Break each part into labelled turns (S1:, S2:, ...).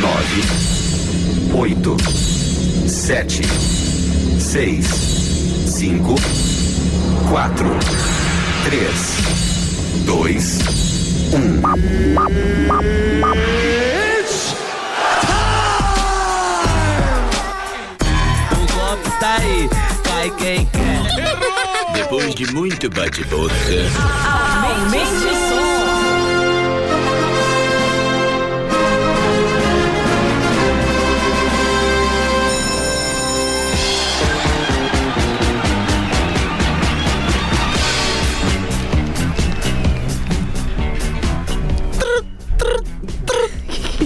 S1: nove, oito, sete, seis, cinco, quatro, três, dois, um.
S2: O golpe está tá aí, cai quem quer.
S3: Depois de muito bate-boca,
S4: Aumente o som.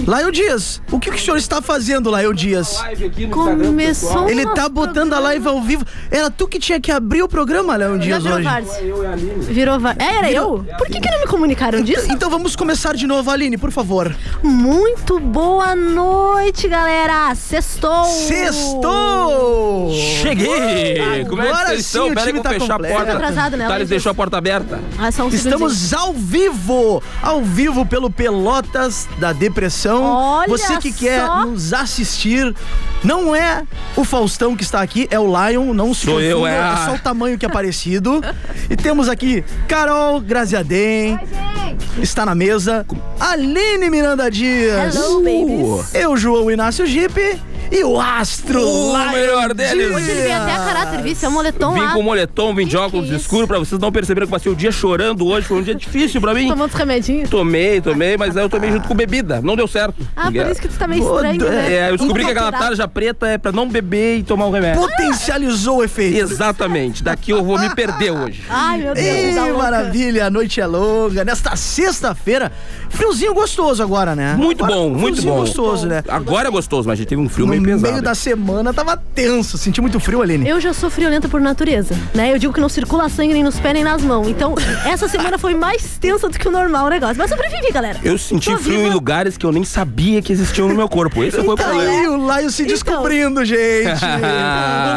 S5: Lael Dias, o que, que o senhor está fazendo, Lael Dias?
S6: Começou.
S5: Ele tá botando a live ao vivo. Era tu que tinha que abrir o programa, Lael
S6: Já
S5: Dias,
S6: virou
S5: hoje.
S6: Vardes. Virou É Vardes. Era eu? Por que, que não me comunicaram disso?
S5: Então vamos começar de novo, Aline, por favor.
S6: então, Muito boa noite, galera. Sextou.
S5: Sextou!
S7: Cheguei! Como é que
S5: Agora
S7: vocês
S5: sim,
S7: estão?
S5: o
S7: Pera aí que
S5: time
S7: eu vou
S5: tá
S7: fechar a
S5: completo.
S7: porta.
S6: Tá atrasado, né?
S7: Tá, eles deixou a porta aberta.
S6: Ah, só um segundinho.
S5: Estamos ao vivo! Ao vivo pelo Pelotas da Depressão.
S6: Olha
S5: Você que quer
S6: só!
S5: nos assistir, não é o Faustão que está aqui, é o Lion, não se
S7: Sou eu,
S5: confunda,
S7: é a-
S5: só o tamanho que é parecido. e temos aqui Carol Graziadem. Está na mesa. Aline Miranda Dias. Uh!
S6: Hello, babies.
S5: Eu, João Inácio Gipe. E o Astro.
S7: O
S5: Lion
S7: melhor deles.
S5: Dias.
S6: Hoje ele veio até a caráter vice, é um moletom
S7: Vim
S6: lá.
S7: com moletom, vim de
S6: Que
S7: óculos
S6: que isso?
S7: escuros pra vocês não perceberem que passei o dia chorando hoje. Foi um dia difícil pra mim.
S6: Tomando os remedinhos.
S7: Tomei, tomei, mas aí eu tomei junto com bebida. Não deu certo.
S6: Ah, por isso que tu tá meio
S5: Vou
S6: estranho,
S5: dar-
S6: né?
S7: É, eu descobri que aquela
S6: Natural.
S7: tarja preta é pra não beber e tomar um remédio.
S5: Potencializou o efeito.
S7: Exatamente. Daqui eu vou me perder hoje.
S6: Ai, meu Deus.
S5: Ei,
S6: tá louca.
S5: maravilha, a noite é longa. Nesta sexta-feira, friozinho gostoso agora, né?
S7: Muito
S5: Agora,
S7: bom, muito
S5: friozinho
S7: bom.
S5: gostoso, né?
S7: Agora é gostoso, mas a gente teve um frio
S5: No
S7: meio
S5: meio
S7: pesado.
S5: da semana tava tenso, senti muito frio, Aline.
S6: Eu já sou friolenta por natureza, né? Eu digo que não circula sangue nem nos pés nem nas mãos. Então, essa semana foi mais tensa do que o normal o negócio. Mas sobrevivi, galera.
S7: Eu senti
S6: Tô
S7: frio
S6: viva.
S7: em lugares que eu nem sabia que existiam no meu corpo. Esse foi o
S5: Tá
S7: problema.
S5: aí o Laio se
S6: Então.
S5: descobrindo, gente.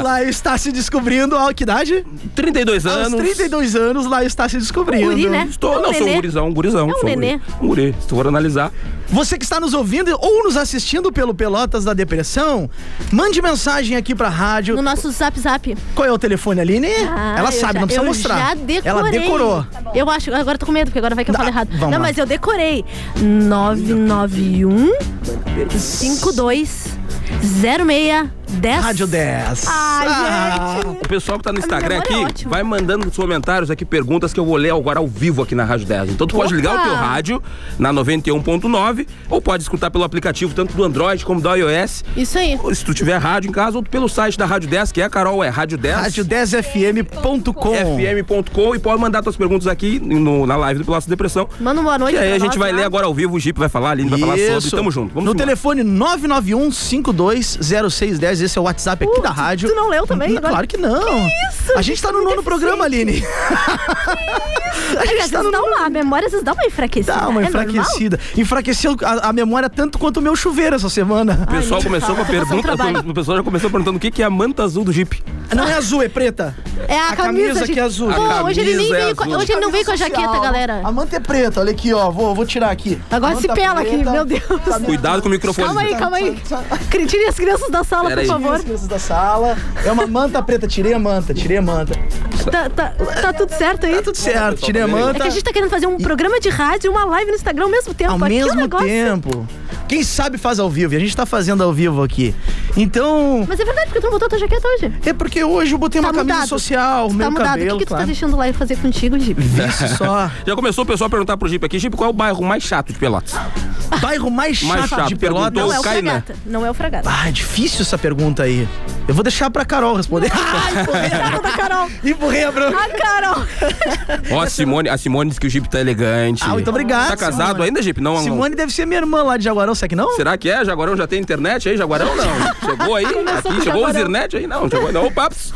S5: o Laio está se descobrindo. Ó, que idade?
S7: 32
S5: Aos
S7: anos.
S5: 32 anos, o Laio está se descobrindo.
S6: Guri, né?
S7: Estou,
S6: É um
S7: não, sou um
S6: nenê.
S7: gurizão, um gurizão.
S6: É um
S7: sou
S6: nenê.
S7: Guri. Um guri. Se tu for analisar,
S5: Você que está nos ouvindo ou nos assistindo pelo Pelotas da Depressão, mande mensagem aqui pra rádio.
S6: No nosso zap zap.
S5: Qual é o telefone, Aline?
S6: Ah,
S5: Ela
S6: eu
S5: sabe,
S6: já-
S5: não precisa
S6: eu
S5: mostrar.
S6: Já decorei. Tá
S5: Ela decorou.
S6: Eu acho, agora eu tô com medo, porque agora vai que eu
S5: Ah,
S6: falo errado.
S5: vamos
S6: não,
S5: lá.
S6: mas eu decorei. 991 52 06 10
S5: Rádio 10.
S6: É Ai,
S5: Ah,
S6: gente.
S7: o pessoal que tá no Instagram
S6: memória
S7: aqui
S6: é ótima.
S7: vai mandando os comentários aqui, perguntas que eu vou ler agora ao vivo aqui na Rádio 10. Então tu pode
S6: Opa!
S7: ligar o teu rádio na 91.9 ou pode escutar pelo aplicativo tanto do Android como do iOS.
S6: Isso aí.
S7: Ou Se tu tiver rádio em casa ou pelo site da Rádio 10, que é Carol, é Rádio 10.
S5: Rádio 10fm.com.
S7: fm.com e pode mandar tuas perguntas aqui no- na live do Palácio Depressão.
S6: Manda um boa noite
S7: E aí
S6: pra
S7: a gente
S6: nós
S7: vai
S6: lá.
S7: ler agora ao vivo, o Jeep vai falar, a Aline vai falar sobre. Tamo junto. Vamos
S5: no
S7: embora.
S5: telefone 991-520610, esse é o WhatsApp aqui
S6: Uh,
S5: da rádio.
S6: tu não leu também?
S5: N- Claro que não.
S6: isso,
S5: A gente tá no nono programa, Aline. A
S6: É Às
S5: gente
S6: vezes
S5: tá no
S6: dá
S5: nono...
S6: uma, a memória às vezes dá uma enfraquecida.
S5: Dá uma
S6: É normal?
S5: enfraquecida. Enfraqueceu a, a memória tanto quanto o meu chuveiro essa semana.
S7: O pessoal
S6: Ai,
S7: começou com a
S6: fala, tô passando
S7: pergunta.
S6: trabalho.
S7: O pessoal já começou perguntando o que que é a manta azul do Jeep.
S6: tá.
S5: Não é azul, é preta.
S6: É a,
S5: A
S6: camisa,
S5: camisa
S6: gente.
S5: que é azul.
S6: Pô,
S7: A
S6: hoje ele nem
S7: camisa é
S6: veio, com-
S7: azul.
S6: hoje ele não veio com a jaqueta, galera.
S5: A manta é preta, olha aqui, ó. Vou, vou tirar aqui.
S6: Agora
S5: A
S6: se
S5: manta
S6: pela aqui,
S5: preta,
S6: meu Deus.
S7: Cuidado com o microfone.
S6: Calma aí, calma aí. Tirem as crianças da sala,
S7: Pera
S6: por
S7: aí.
S6: favor.
S5: As crianças da sala. É uma manta preta. Tirei a manta, tirei a manta.
S6: Tá, tá- tá tudo certo aí?
S5: Tá tudo certo, tirei a
S6: É que
S5: manta.
S6: a gente tá querendo fazer um programa de rádio e uma live no Instagram ao mesmo tempo.
S5: ao
S6: Aqui é um
S5: mesmo
S6: negócio.
S5: tempo. Quem sabe faz ao vivo, e a gente tá fazendo ao vivo aqui. Então,
S6: Mas é verdade, porque tu não botou a tua jaqueta hoje.
S5: é porque hoje eu botei uma
S6: tá
S5: camisa
S6: mudado.
S5: social,
S6: Tu
S5: meu
S6: tá mudado.
S5: cabelo,
S6: o que, que tu tá
S5: claro.
S6: deixando lá eu fazer contigo, Gip?
S5: Isso só.
S7: Já começou o pessoal a perguntar pro Jeep aqui, Jeep, qual é o bairro mais chato de Pelotas?
S5: Bairro mais chato,
S7: Mais chato,
S5: de Pelotas.
S6: Não é o
S7: cai, né?
S6: Fragata. Não é o Fragata.
S5: Ah, é difícil essa pergunta aí. Eu vou deixar pra Carol responder.
S6: Ah, da Carol.
S5: Empurrei a branca.
S6: Ah, Carol.
S7: Ó, a Simone, a Simone diz que o Jeep tá elegante.
S5: Ah, muito obrigado,
S7: Tá casado
S5: Simone.
S7: ainda, Jeep? Não, não.
S5: Simone deve ser minha irmã lá de Jaguarão, será que não?
S7: Será que é? Jaguarão já tem internet aí? Jaguarão não. Chegou aí?
S6: Começou com
S7: Aqui, chegou o
S6: Jaguarão.
S7: Zirnet aí? Não, chegou não. Opa! pss.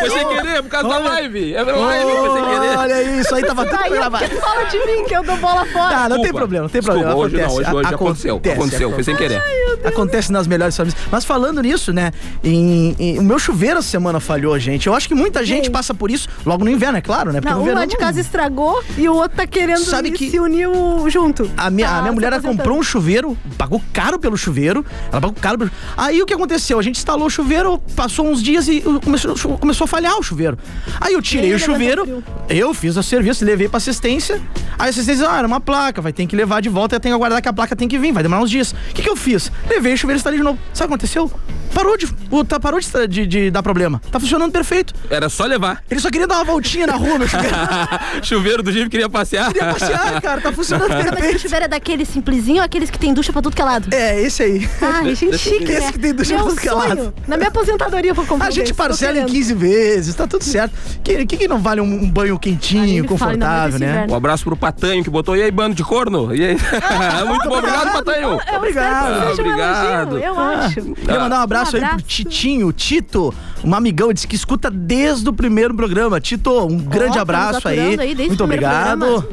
S7: Foi sem querer, por causa da live. É live, foi sem querer.
S5: Olha isso aí, tava tudo
S6: Daí eu
S5: gravado.
S6: porque fala de mim, que eu dou bola fora.
S5: Tá, não tem
S7: Desculpa.
S5: problema, não tem
S7: Desculpa,
S5: problema.
S7: hoje não,
S5: acontece.
S7: hoje, hoje
S5: A-
S7: aconteceu. Aconteceu, foi sem querer.
S5: Acontece nas melhores famílias. Mas falando nisso, isso, né? Em- em- o meu chuveiro essa semana falhou, gente. Eu acho que muita gente passa por isso logo no inverno, é claro, né? Porque
S6: Não,
S5: no
S6: um
S5: verão
S6: lá de
S5: não-
S6: casa estragou e o outro tá querendo
S5: Sabe
S6: ir-
S5: que-
S6: se unir o- junto.
S5: A minha,
S6: Tá
S5: a minha
S6: se
S5: mulher ela
S6: aposentando.
S5: comprou um chuveiro, pagou caro pelo chuveiro. Ela pagou caro pelo... Aí o que aconteceu? A gente instalou o chuveiro, passou uns dias e o- começou, chu- começou a falhar o chuveiro. Aí eu tirei
S6: Ele
S5: o chuveiro,
S6: levantou
S5: eu fiz o serviço, levei pra assistência. Aí a assistência, ah, era uma placa, vai ter que levar de volta, eu tenho que aguardar que a placa tem que vir, vai demorar uns dias. O que, que eu fiz? Levei o chuveiro instalei de novo. Sabe o que aconteceu? Parou de, o- tá- parou de, de- de dar problema. Tá funcionando perfeito.
S7: Era só levar.
S5: Ele só queria dar uma voltinha na rua, meu chuveiro.
S7: Chuveiro do jeito que queria passear.
S5: Queria passear, cara, tá funcionando
S6: Mas o
S5: perfeito.
S6: chuveiro é daquele simplesinho ou aqueles que tem ducha pra tudo que é lado?
S5: É, esse aí.
S6: Ai, gente chique,
S5: Esse
S6: né?
S5: que tem ducha pra
S6: Meu
S5: tudo que é lado.
S6: sonho. Na minha aposentadoria eu vou comprar
S5: A
S6: um
S5: gente
S6: desse, tô
S5: parcela em
S6: querendo.
S5: 15 vezes, tá tudo certo. Que, que, que não vale um, um banho quentinho,
S6: Aline fala, ainda mais
S5: confortável,
S6: esse
S5: né?
S6: inverno.
S7: Um abraço pro Patanho que botou. E aí, bando de corno? E aí? Muito bom, obrigado, Patanho.
S6: Ah, Eu espero que seja um
S7: Obrigado.
S6: elogio, eu acho.
S5: Queria mandar um abraço,
S6: Um
S5: aí
S6: abraço.
S5: pro Titinho, Tito, um amigão, disse que escuta desde o primeiro programa. Tito, um grande
S6: tá nos
S5: abraço aí.
S6: aturando aí desde
S5: Muito
S6: o primeiro
S5: obrigado.
S6: programa.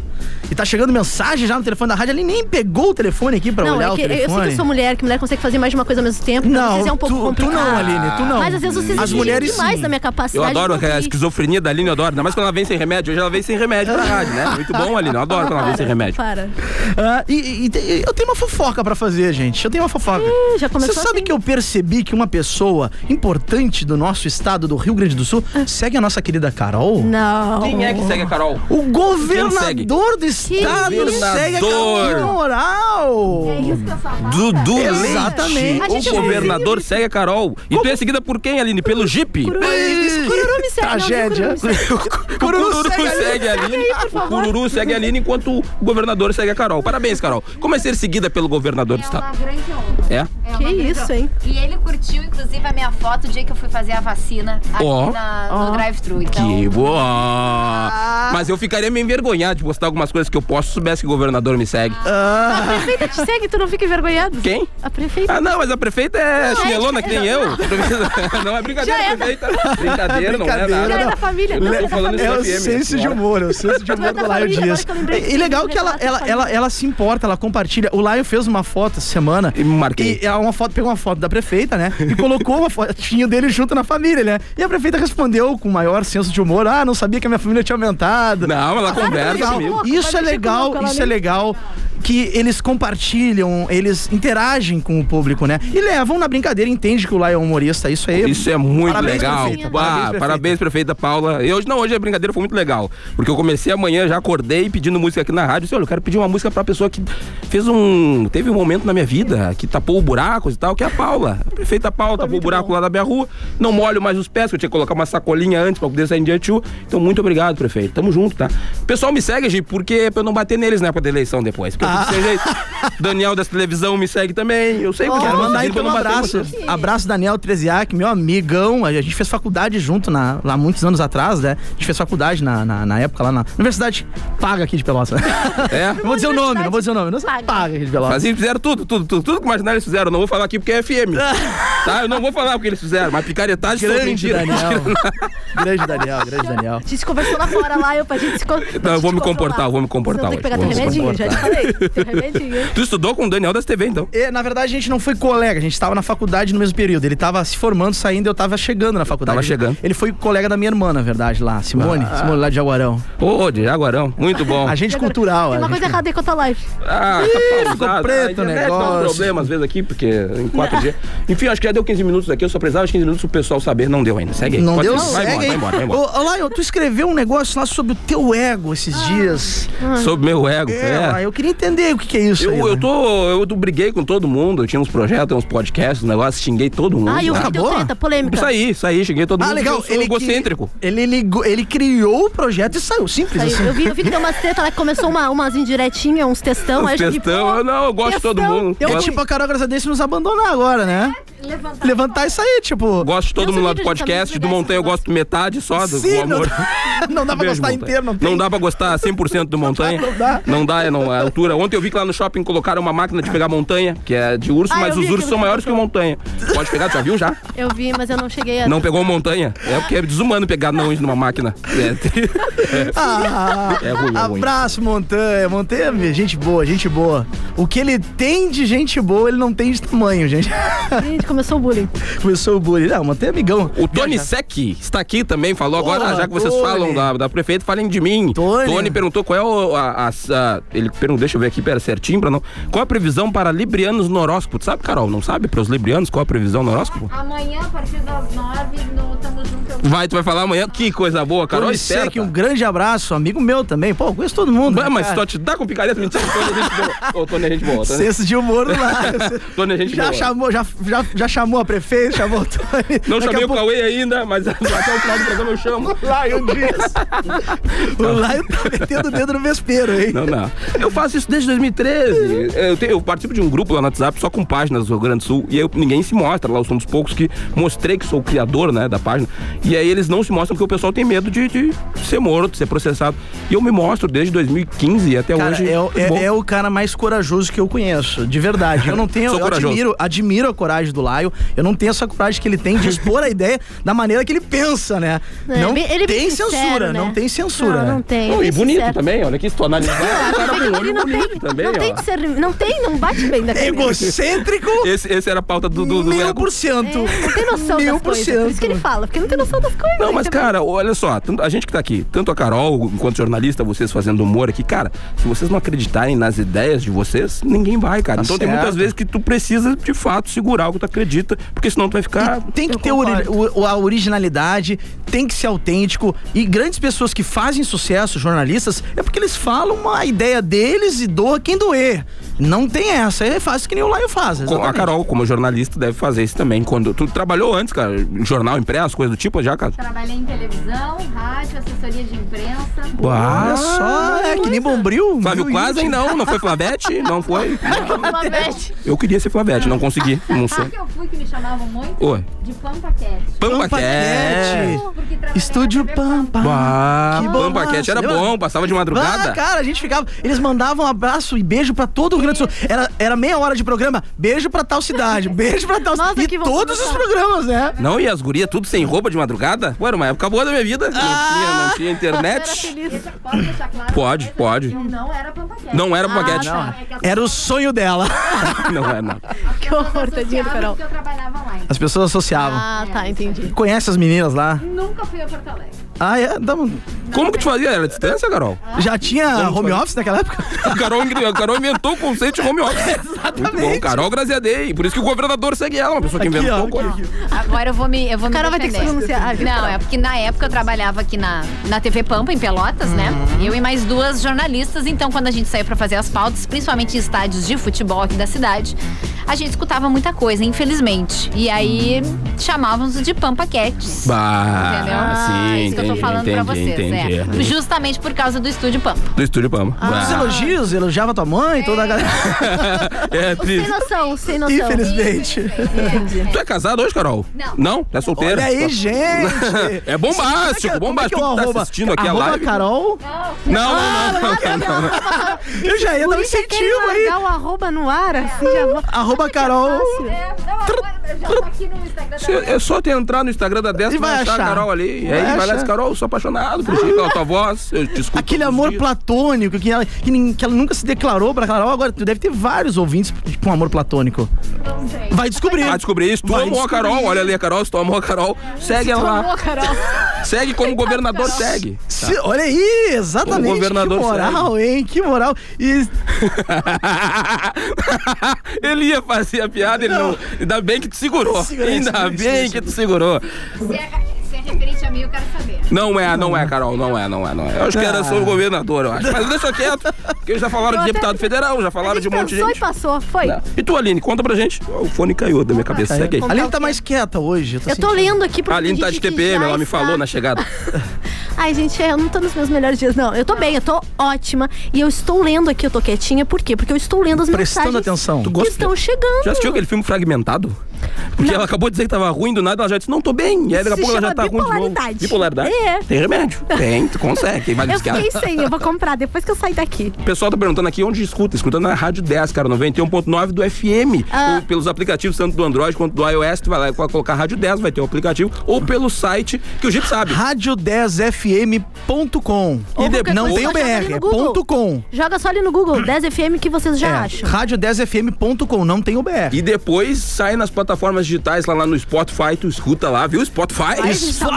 S5: E tá chegando mensagem já no telefone da rádio. Ele nem pegou o telefone aqui pra
S6: Não,
S5: olhar
S6: é
S5: o
S6: que eu- eu sei
S5: telefone.
S6: que eu sou mulher, que mulher consegue fazer mais de uma coisa ao mesmo tempo. pra
S5: não,
S6: vocês é um pouco
S5: tu, tu
S6: complicado.
S5: não, Aline, tu não.
S6: Mas às vezes vocês
S5: As
S6: exigem
S5: mulheres
S6: demais
S5: sim.
S6: da minha capacidade.
S7: Eu adoro
S6: de
S7: a
S6: ouvir.
S7: esquizofrenia da Aline, eu adoro. Ainda mais quando ela vem sem remédio. Hoje ela vem sem remédio pra rádio, né? Muito bom, Aline. Eu adoro quando ela vem sem remédio.
S6: Para.
S5: Ah, e, e- e te- eu tenho uma fofoca pra fazer, gente. Eu tenho uma fofoca.
S6: Ih, já começou
S5: Você sabe
S6: assim.
S5: que eu percebi que uma pessoa importante do nosso estado, do Rio Grande do Sul, segue a nossa querida Carol?
S6: Ah. Não.
S7: Quem é que segue a Carol?
S5: O
S7: segue?
S5: governador do estado segue a Carol. Que
S7: Governador.
S5: moral!
S7: Dudu
S5: Exatamente.
S6: A
S7: Leite.
S6: gente
S7: O
S6: é
S7: governador segue a Carol. E tu é seguida por quem, Aline? Pelo Jeep?
S6: Cururu me segue.
S5: Tragédia.
S6: Não, Cururu me segue.
S5: O
S7: O
S5: Cururu
S7: Cururu
S5: segue a
S7: segue
S5: Aline.
S7: a Aline. O Cururu segue a Aline enquanto o governador segue a Carol. Parabéns, Carol. Como é ser seguida pelo governador do
S8: É uma
S7: estado?
S8: grande honra.
S7: É?
S8: É uma
S6: Que
S8: grande
S6: isso,
S8: honra.
S6: hein?
S8: E ele curtiu, inclusive, a minha foto o dia que eu fui fazer a vacina aqui
S7: Ó.
S8: na- no drive-thru. Então,
S7: Que boa! Mas eu ficaria meio envergonhado de postar algumas coisas que eu posso se soubesse que o governador me segue.
S6: A prefeita te segue, tu não fica envergonhado?
S7: Quem?
S6: A prefeita.
S7: Ah, não, mas a prefeita é chinelona que nem eu. Não, é brincadeira,
S6: Já era.
S7: prefeita. Brincadeira, não é
S5: Brincadeira,
S6: Tu é
S5: não.
S7: nada.
S6: da família.
S7: Le-
S6: tu é da
S7: falando
S6: família.
S5: É o
S7: FM,
S5: senso de
S7: senhora.
S5: humor, é o senso de humor
S6: Mas da
S5: do Laio
S6: família, agora
S5: Dias.
S6: que eu lembrei
S5: E
S6: disso,
S5: e legal que ela,
S6: relaxa,
S5: ela,
S6: família.
S5: ela, ela se importa, ela compartilha. O Laio fez uma foto essa semana.
S7: E marquei.
S5: E ela uma foto, pegou uma foto da prefeita, né? E colocou uma fotinho dele junto na família, né? E a prefeita respondeu com o maior senso de humor: Ah, não sabia que a minha família tinha aumentado.
S7: Não, assim ela conversa
S5: Legal.
S7: comigo.
S5: Isso é
S6: Pode mexer com o
S5: legal,
S6: louco, ela
S5: isso é
S6: nem-
S5: legal. Que eles compartilham, eles interagem com o público, né? E levam na brincadeira, entende que o Lai é humorista, isso aí.
S7: Isso é muito
S5: Parabéns,
S7: legal.
S5: prefeita.
S7: Ah,
S5: Parabéns, prefeita.
S7: Parabéns, prefeita Paula. E hoje não, hoje a brincadeira foi muito legal. Porque eu comecei amanhã, já acordei pedindo música aqui na rádio. Disse, olha, eu quero pedir uma música pra pessoa que fez um. Teve um momento na minha vida que tapou buracos e tal, que é a Paula. A prefeita Paula tapou o buraco lá da minha rua. Não molho mais os pés, que eu tinha que colocar uma sacolinha antes pra poder sair em diante. Então, muito obrigado, prefeito. Tamo junto, tá? O pessoal me segue, gente, porque é pra eu não bater neles na época da eleição depois. Porque eu
S5: Ah.
S7: fico sem jeito. Daniel das televisão me segue também. Eu sei porque
S5: Quero
S7: eu vou
S5: mandar
S7: seguir pra
S5: então
S7: eu
S5: um
S7: não bater em
S5: abraço.
S7: vocês.
S5: Abraço, Daniel Treziak, meu amigão. A gente fez faculdade junto na, lá muitos anos atrás, né? A gente fez faculdade na, na, na época lá na Universidade Paga aqui de Pelotas.
S7: É?
S5: Não vou dizer o nome, não vou dizer o nome. Não sei,
S6: Paga.
S5: paga aqui de Pelotas.
S7: Mas eles fizeram tudo, tudo, tudo, tudo que imaginar eles fizeram. Eu Não vou falar aqui porque é FM. tá? Eu não vou falar o que eles fizeram, mas picaretagem foi
S5: Grande
S7: mentira.
S5: Daniel. grande Daniel, grande Daniel.
S6: A gente conversou lá fora, lá, eu pra gente se con- pra
S7: Não, eu
S6: gente
S7: vou me
S6: controlar.
S7: comportar, eu vou me comportar
S6: Você não tem que pegar
S7: hoje,
S6: teu
S7: vou me
S6: remedinho, já te falei. Teu remedinho. hein?
S7: Tu estudou com o Daniel das TV, então?
S5: E, na verdade, a gente não foi colega, a gente tava na faculdade no mesmo período. Ele tava se formando, saindo, eu tava chegando na faculdade.
S7: Tava chegando.
S5: Ele foi colega da minha irmã, na verdade, lá. Simone, Simone lá de Jaguarão.
S7: Ô, ô, de Jaguarão, muito bom.
S5: Agente cultural,
S6: Tem
S5: a
S6: uma
S5: gente-
S6: coisa errada aí com a tua live.
S7: Ah, tá ficou
S5: preto o
S7: Dá um
S5: negócio.
S7: problema às vezes aqui, porque em 4G. Enfim, acho que já deu 15 minutos aqui, eu só precisava de 15 minutos pro pessoal saber. Não deu ainda, segue aí.
S5: Não
S7: Pode
S5: deu?
S7: ir, Vai
S5: Segue
S7: embora, vai embora, vai embora.
S5: Ô, ô, Lion, tu escreveu um negócio lá sobre o teu ego esses
S6: Ah.
S5: dias.
S7: Sobre meu ego.
S5: É,
S7: é.
S5: Lion, eu queria entender o que, que é isso. aí,
S7: Eu, eu
S5: Lion.
S7: tô. Eu tô- briguei com todo mundo, eu tinha uns projetos, uns podcasts, um negócio, xinguei todo mundo. Tá?
S6: Ah, e o que deu
S5: acabou?
S6: treta, polêmica.
S7: Saí, saí, xinguei todo mundo.
S5: então. Ah, legal.
S7: porque Eu sou
S5: que-
S7: egocêntrico.
S5: ele ligou, ele criou o projeto e saiu. Simples
S6: Saiu.
S5: assim.
S6: Eu vi, eu vi que deu umas treta lá, que começou uma, umas indiretinhas, uns textão.
S7: Os
S6: aí eu achei que,
S7: textão,
S6: pô,
S7: eu não, eu gosto de todo
S6: textão.
S7: mundo.
S6: Eu
S5: É
S7: Gosto-
S5: tipo a Carol Graçadense nos abandonar agora, né?
S8: levantar.
S5: Levantar e sair, tipo.
S7: Gosto de todo
S6: Meus
S7: mundo lá do
S6: amigos também
S7: podcast. Do
S6: agradecem
S7: Montanha eu
S6: bastante.
S7: gosto metade só do
S5: Sim,
S7: do amor.
S5: Não, dá pra
S7: Beijo,
S5: gostar
S7: Montanha.
S5: inteiro, não tem.
S7: dá pra gostar 100% do Montanha.
S5: não dá.
S7: Não dá, é não, a altura. Ontem eu vi que lá no shopping colocaram uma máquina de pegar montanha, que é de urso,
S6: Ah, eu
S7: mas
S6: vi
S7: os ursos
S6: aquilo
S7: são
S6: que
S7: maiores que o montanha. Pode pegar, tu já viu já?
S6: Eu vi, mas eu não cheguei a.
S7: Não pegou montanha? É porque é desumano pegar não numa máquina. É,
S5: Ah,
S7: É ruim, é ruim.
S5: abraço, Montanha. Montanha, é gente boa, gente boa. O que ele tem de gente boa, ele não tem de tamanho, gente.
S7: tá.
S6: Gente, começou o bullying.
S5: Começou o bullying. Não, mantém amigão.
S7: O Tony
S5: Viajar.
S7: Sec está aqui também, falou agora,
S5: Porra,
S7: já que vocês
S5: Tony.
S7: falam da, da prefeita, falem de mim.
S5: Tony.
S7: perguntou qual é o, a, a- a- Ele perguntou, deixa eu ver aqui, pera, certinho pra não. Qual a previsão para librianos no horóscopo? Tu sabe, Carol? Não sabe para os librianos qual a previsão no horóscopo?
S8: Amanhã, a partir das nove, no Tamo Junto. eu-
S7: Vai, tu vai falar amanhã. Que coisa boa, Carol.
S5: Tony
S7: esperta.
S5: Sec, um grande abraço, amigo meu também. Pô, eu conheço todo mundo. né,
S7: Bah, mas
S5: cara.
S7: só te dá com picareta, mentira. Tony, gente boa. Ô, Tony, é gente boa. Tony,
S5: Senso de humor no lar.
S7: Tony é gente
S5: já
S7: boa.
S5: chamou, já, já, já chamou a prefeita, chamou o Tony.
S7: Não
S5: Daqui a
S7: chamei o
S5: pouco-
S7: Cauê ainda, mas até o final do programa eu chamo.
S5: Lion Dias. o Lion tá metendo o dedo no vespeiro, hein?
S7: Não, não. Eu faço isso desde 2013. Eu, te- eu participo de um grupo lá no WhatsApp só com páginas do Rio Grande do Sul e eu, ninguém se mostra. Lá eu sou um dos poucos que mostrei que sou o criador né, da página. E aí eles não se mostram porque o pessoal tem medo de, de ser morto, ser processado. E eu me mostro desde 2015 e até
S5: Cara,
S7: hoje.
S5: é, o- é-
S7: Bom,
S5: é o cara mais corajoso que eu conheço, de verdade. Eu não tenho,
S7: Sou
S5: eu
S7: corajoso.
S5: admiro, admiro a coragem do Laio. Eu não tenho essa coragem que ele tem de expor a ideia da maneira que ele pensa, né?
S6: É,
S5: não
S6: ele é bem- ele é
S5: tem
S6: bem
S5: censura,
S6: sincero, né?
S5: não tem censura.
S6: Não,
S5: né?
S6: não tem.
S7: Não,
S6: ele
S7: e
S6: é
S7: bonito
S6: sincero.
S7: também, olha aqui, se tu analisar, o cara tem um olho
S6: é Ele não
S7: bonito
S6: tem,
S7: também,
S6: não tem
S7: ó.
S6: discernimento, não tem, não bate bem
S7: É
S6: da cabeça.
S5: É Egocêntrico,
S7: Esse, esse era a pauta do... do, do
S5: mil por cento.
S6: É, não tem noção
S5: Mil
S6: das
S5: por
S6: coisas. Por isso que ele
S5: cento.
S6: fala, porque não tem noção das coisas.
S7: Não, mas
S6: Então,
S7: cara, olha só, tanto- a gente que tá aqui, tanto a Carol, enquanto jornalista, vocês fazendo humor aqui, cara, se vocês não acreditarem nas ideias de vocês, ninguém vai, cara.
S5: Tá
S7: então tem
S5: certo.
S7: muitas vezes que tu precisa, de fato, segurar o que tu acredita, porque senão tu vai ficar.
S5: Tem que ter um- ori- o- o- a originalidade, tem que ser autêntico. E grandes pessoas que fazem sucesso, jornalistas, é porque eles falam a ideia deles e doa quem doer. Não tem essa. É fácil que nem o Laio faz.
S7: Com- A
S5: exatamente.
S7: Carol, como jornalista, deve fazer isso também. Quando tu trabalhou antes, cara, em jornal, impresso, coisa do tipo, já, cara.
S8: Trabalhei em televisão, rádio, assessoria de imprensa.
S5: Olha só, é que nem bombril.
S7: Ah, Flávio
S5: Mil
S7: quase
S5: e um.
S7: não, não foi Flavete? Não foi?
S8: Uma vez.
S7: Eu queria ser Flavete, não consegui, não
S8: Sabe
S7: sou.
S8: que eu fui que me chamavam muito?
S7: Oi.
S8: De Pampa Cat.
S7: Pampa
S5: Pampa
S7: Cat.
S5: Cat.
S8: Porque trabalhei
S5: Estúdio
S8: na TV Pampa.
S5: Pampa.
S7: Bah,
S5: Que
S7: Pampa
S5: bombaço,
S7: Cat era
S5: lembra?
S7: bom, passava de madrugada.
S5: Ah, cara, a gente ficava. Eles mandavam um abraço e beijo pra todo o Rio Grande do Sul. Era, era meia hora de programa. Beijo pra tal cidade, beijo pra tal
S6: Nossa,
S5: cidade.
S6: que
S5: E
S6: vontade.
S5: todos os programas, né?
S7: Não, e as gurias tudo sem roupa de madrugada? Ué, era uma época boa da minha vida.
S5: Ah!
S7: Não, tinha, não tinha internet.
S8: Deixa- Posso deixar claro?
S7: Pode, pode.
S8: Eu não era Pampa Cat. É
S7: Não era
S6: Ah,
S7: baguete.
S6: tá.
S5: Era o sonho dela.
S7: Não era, não.
S6: Que horror, tadinha do Carol.
S8: Porque eu trabalhava lá.
S5: As pessoas associavam.
S6: Ah, tá, entendi.
S5: Conhece as meninas lá?
S8: Nunca fui a Porto Alegre.
S5: Ah, é? Tamo-
S7: Como que tu fazia? Era distância, Carol?
S6: Ah.
S5: Já tinha home office naquela época?
S7: A Carol, a Carol inventou o conceito de home office. Exatamente. Muito bom, Carol Graziadei. Por isso que o governador segue ela, uma pessoa que
S5: Aqui,
S7: inventou um
S5: ó,
S7: coisa.
S5: aqui, aqui.
S8: Agora eu vou me. Eu vou
S6: Carol
S8: me
S6: vai ter que se
S8: defender.
S6: pronunciar. Ah, viu,
S8: Não,
S6: Carol?
S8: é porque na época eu trabalhava aqui na, na TV Pampa, em Pelotas, né?
S6: Uhum.
S8: Eu e mais duas jornalistas. Então, quando a gente saía pra fazer as pautas, principalmente em estádios de futebol aqui da cidade, a gente escutava muita coisa, infelizmente. E aí chamávamos de Pampa Cats.
S7: Bah,
S8: Entendeu?
S7: sim,
S8: é isso que eu tô
S7: entendi,
S8: falando pra
S7: entendi,
S8: vocês,
S7: entendi.
S8: né? Justamente por causa do estúdio Pampa.
S7: Do estúdio Pama.
S5: Os
S7: Bah.
S5: elogios, elogiava tua mãe, toda a galera.
S7: É,
S6: Sem
S7: triste.
S6: noção, sem noção.
S5: Infelizmente.
S7: Tu é casado hoje, Carol?
S8: Não.
S7: Não? É solteira?
S5: Olha aí, gente.
S7: É bombástico,
S5: Como é
S7: bombástico.
S5: que- como é que eu
S7: Tu que tá
S5: arroba-
S7: assistindo aqui a
S5: arroba
S7: live.
S5: Carol. Ah, é
S7: Não, não, não.
S5: Eu já ia dar um
S6: Polícia quer
S5: incentivo aí.
S6: largar o arroba no ar, assim, já vou...
S7: Ah,
S5: Arroba Carol.
S8: É, não, agora eu já tô aqui no Instagram
S7: Se- É só tu entrar no Instagram da Dessa
S5: E
S7: e vai
S5: vai
S7: achar a
S5: achar.
S7: Carol ali. E
S5: Vai
S7: aí vai lá e diz,
S5: achar.
S7: Carol, eu sou apaixonado por ti, pela tua voz. Eu te escuto
S5: Aquele
S7: todos os
S5: amor
S7: dias."
S5: platônico que ela, que, nin- que ela nunca se declarou pra Carol. Agora, tu deve ter vários ouvintes com amor platônico.
S8: não sei.
S5: Vai descobrir.
S7: Vai descobrir Ah, isso. Tu
S5: Vai
S7: amou a
S5: descobrir.
S7: Carol. Olha ali a Carol, se tu amou a Carol. Segue ela lá. Segue como o governador segue.
S5: Se- olha aí, exatamente.
S7: Tá. O governador Tá
S5: que moral, hein? Que moral. E
S7: ele ia fazer a piada, ele não. Ainda bem que tu segurou.
S5: Segurei,
S7: Ainda
S5: segurei,
S7: bem
S5: segurei,
S7: que tu segurou.
S8: Se é, se é referente a mim, eu quero saber.
S7: Não é, não é, Carol, não é, não é, não é. Eu acho que era só o governador, eu acho. Mas deixa quieto, porque eles já falaram de
S6: até-
S7: deputado federal, já falaram de um monte de
S6: Pensou
S7: gente.
S6: e passou, foi.
S7: Não. E tu, Aline, conta pra gente. O fone caiu da minha cabeça. Segue aí.
S5: a Aline tá mais quieta hoje.
S6: Eu tô lendo aqui porque
S7: A Aline
S6: tem
S7: tá de
S6: gente que
S7: TPM,
S6: já
S7: ela me
S6: está-
S7: falou na chegada.
S6: Ai, gente, é, eu não tô nos meus melhores dias, não. Eu tô bem, eu tô ótima. E eu estou lendo aqui, eu tô quietinha, por quê? Porque eu estou lendo as
S5: Prestando
S6: mensagens
S5: atenção. Tu
S6: que
S7: gosta-
S6: estão chegando.
S7: Já assistiu aquele filme Fragmentado? Porque ela acabou de dizer que tava ruim do nada, ela já disse, não, tô bem. E aí daqui a
S6: Se
S7: pouco ela já
S6: chama
S7: tá ruim de novo.
S6: bipolaridade.
S7: Bipolaridade.
S6: É.
S7: Tem remédio. Tem, tu consegue. Tem vários
S6: Eu fiquei
S7: caras.
S6: sem, eu vou comprar depois que eu sair daqui.
S7: é? O pessoal tá perguntando aqui onde escuta. Escuta na Rádio 10, cara, 91.9 do FM.
S6: Ah.
S7: Ou pelos aplicativos, tanto do Android quanto do iOS, tu vai lá e colocar Rádio 10, vai ter o aplicativo. Ou pelo site, que o Jeep sabe.
S5: Rádio 10 10fm.com.
S6: Ou
S5: E de-
S6: qualquer
S5: Não
S6: coisa,
S5: tem o
S6: joga ali
S5: BR,
S6: no
S5: é
S6: Google.
S5: ponto .com.
S6: Joga só ali no Google, 10FM, que vocês já
S5: É,
S6: acham.
S5: rádio 10fm.com, não tem o BR.
S7: E depois sai nas plataformas digitais, lá, lá no Spotify, tu escuta lá, viu? Spotify! Tu tá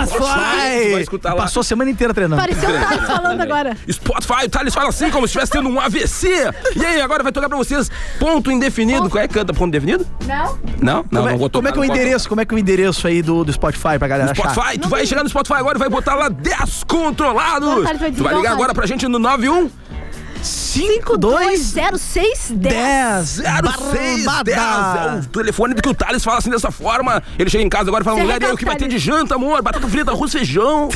S7: vai escutar lá.
S5: Passou a semana inteira treinando.
S6: Pareceu o Thales falando agora.
S7: Spotify, o Thales fala assim, como se estivesse tendo um AVC. E aí, agora vai tocar pra vocês ponto indefinido. Qual é que canta ponto indefinido?
S8: Não?
S7: Não, não,
S5: como,
S7: não vou
S5: é,
S7: tocar.
S5: como é que é o
S7: não posso
S5: endereço? Como é que é o endereço aí do, do Spotify pra galera achar?
S7: Spotify, tu vai chegar no Spotify agora e vai botar lá
S6: Não,
S7: Descontrolados.
S6: tá,
S7: tu
S6: ele vai
S7: vai
S6: desligar o
S7: ligar agora
S6: rádio.
S7: pra gente no 91
S5: 5, 2,
S6: 0610.
S5: 10.
S7: 0610. É o telefone que o Thales fala assim dessa forma. Ele chega em casa agora e fala:
S6: Se
S7: mulher, e aí, o que vai ter
S6: arrecada,
S7: de janta, amor? Batata frita, arroz, feijão.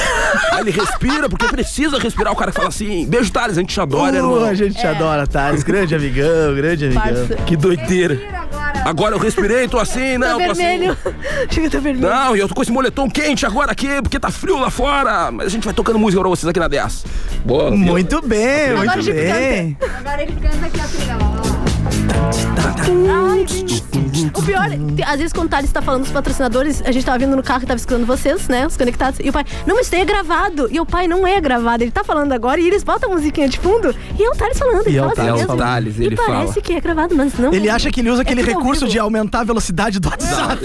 S7: aí ele respira, porque precisa respirar. O cara fala assim: beijo, Thales, a gente te adora,
S5: Uh,
S7: irmão.
S5: a
S6: É.
S5: gente te adora, Thales. Grande amigão, grande amigão.
S6: Parça.
S7: Que doideira.
S8: agora.
S7: Agora eu respirei, tô assim,
S6: Tá
S7: não, tô assim.
S6: vermelho. Chega, tá vermelho.
S7: Não, e eu tô com esse moletom quente agora aqui, porque tá frio lá fora. Mas a gente vai tocando música pra vocês aqui na 10. Boa. viu?
S5: Muito bem, muito
S6: de
S5: bem.
S8: Agora ele canta aqui a trilha. ó, ó.
S6: Ai, gente. O pior, te- às vezes quando o Thales tá falando dos patrocinadores, a gente tava vindo no carro e tava escutando vocês, né? Os conectados. E o pai, não, isso daí é gravado. E o pai não é gravado. Ele tá falando agora e eles botam a musiquinha de fundo. E é o Thales falando. Ele
S5: E é o
S6: fala assim
S5: Thales
S6: mesmo.
S5: falando.
S7: Thales,
S6: e
S7: ele
S6: parece
S7: fala.
S6: que é gravado, mas não.
S5: Ele
S6: é.
S5: acha que ele usa aquele
S6: tudo ao
S5: recurso
S6: vivo.
S5: de aumentar a velocidade do WhatsApp.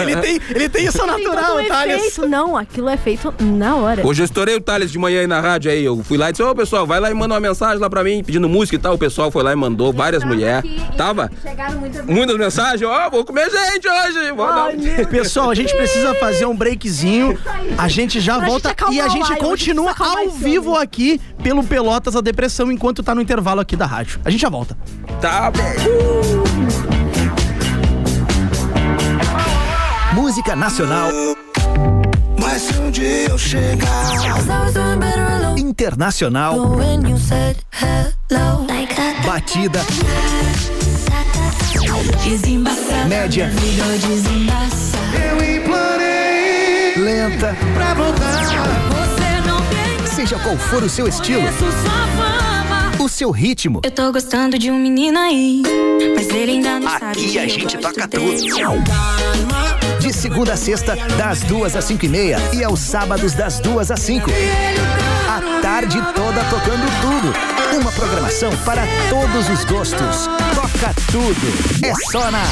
S5: ele, tem, ele tem isso
S6: Tem todo
S5: natural, tá,
S6: um
S5: Thales.
S6: efeito. Não, aquilo é feito na hora.
S7: Hoje eu estourei o Thales de manhã aí na rádio aí. Eu fui lá e disse, ô pessoal, vai lá e manda uma mensagem lá pra mim, pedindo música e tal. O pessoal foi lá e mandou várias
S8: Tava
S7: mulheres.
S8: aqui e
S7: Tava?
S8: Chegaram muitas
S7: Muitas mensagens, ó, vou comer gente hoje. Vou dar um-
S5: Pessoal, a gente precisa fazer um breakzinho. A gente já
S6: Pra
S5: volta
S6: gente acalmar
S5: e a
S6: o
S5: gente
S6: Lion,
S5: continua
S6: a gente precisa acalmar
S5: ao
S6: esse
S5: vivo aqui pelo Pelotas a Depressão enquanto tá no intervalo aqui da rádio. A gente já volta.
S7: Tá bom.
S5: Música nacional,
S9: Mas se um dia eu chegar,
S5: internacional,
S4: uh,
S5: batida, média,
S9: eu implorei
S5: lenta,
S9: pra voltar.
S5: seja qual for o seu estilo, o seu ritmo.
S10: Eu tô gostando de um menino aí, mas ele ainda não sabe.
S9: Aqui
S10: que
S9: a
S10: eu
S9: gente
S10: gosto
S9: toca
S10: dele.
S9: tudo.
S5: De segunda a sexta, das duas às cinco e meia. E aos sábados, das duas às cinco. A tarde toda tocando tudo. Uma programação para todos os gostos. Toca tudo. É só na.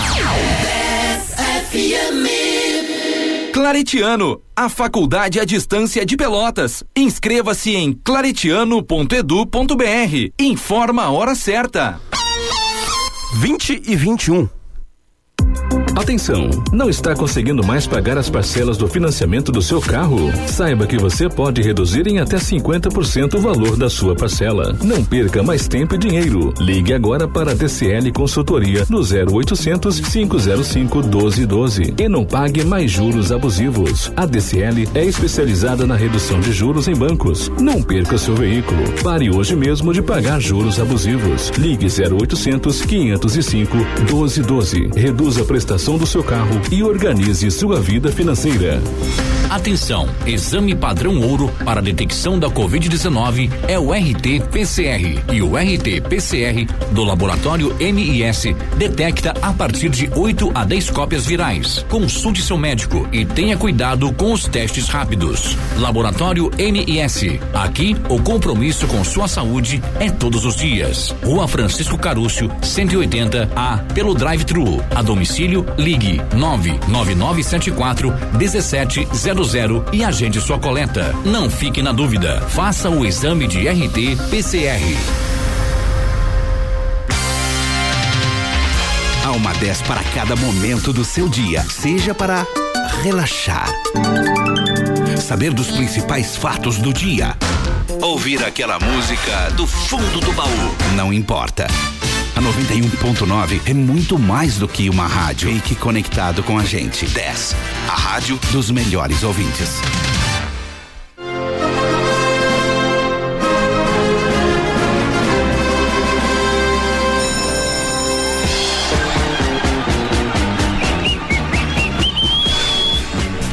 S11: Claretiano, a faculdade à distância de Pelotas. Inscreva-se em claretiano.edu.br. Informa a hora certa.
S7: 20 e 21.
S11: Atenção! Não está conseguindo mais pagar as parcelas do financiamento do seu carro? Saiba que você pode reduzir em até 50% o valor da sua parcela. Não perca mais tempo e dinheiro. Ligue agora para a DCL Consultoria no 0800 505 1212 e não pague mais juros abusivos. A DCL é especializada na redução de juros em bancos. Não perca seu veículo. Pare hoje mesmo de pagar juros abusivos. Ligue 0800 505 1212. Reduza a prestação do seu carro e organize sua vida financeira.
S12: Atenção! Exame padrão ouro para detecção da Covid-19 é o RT-PCR. E o RT-PCR do laboratório MIS detecta a partir de 8 a 10 cópias virais. Consulte seu médico e tenha cuidado com os testes rápidos. Laboratório MIS. Aqui, o compromisso com sua saúde é todos os dias. Rua Francisco Carúcio, 180 A, pelo drive-thru. A domicílio, ligue 99974 1700 e agende sua coleta. Não fique na dúvida. Faça o exame de RT-PCR.
S9: Há uma 10 para cada momento do seu dia, seja para relaxar, saber dos principais fatos do dia, ouvir aquela música do fundo do baú, não importa. A 91.9 é muito mais do que uma rádio. Fique conectado com a gente. 10. A rádio dos melhores ouvintes.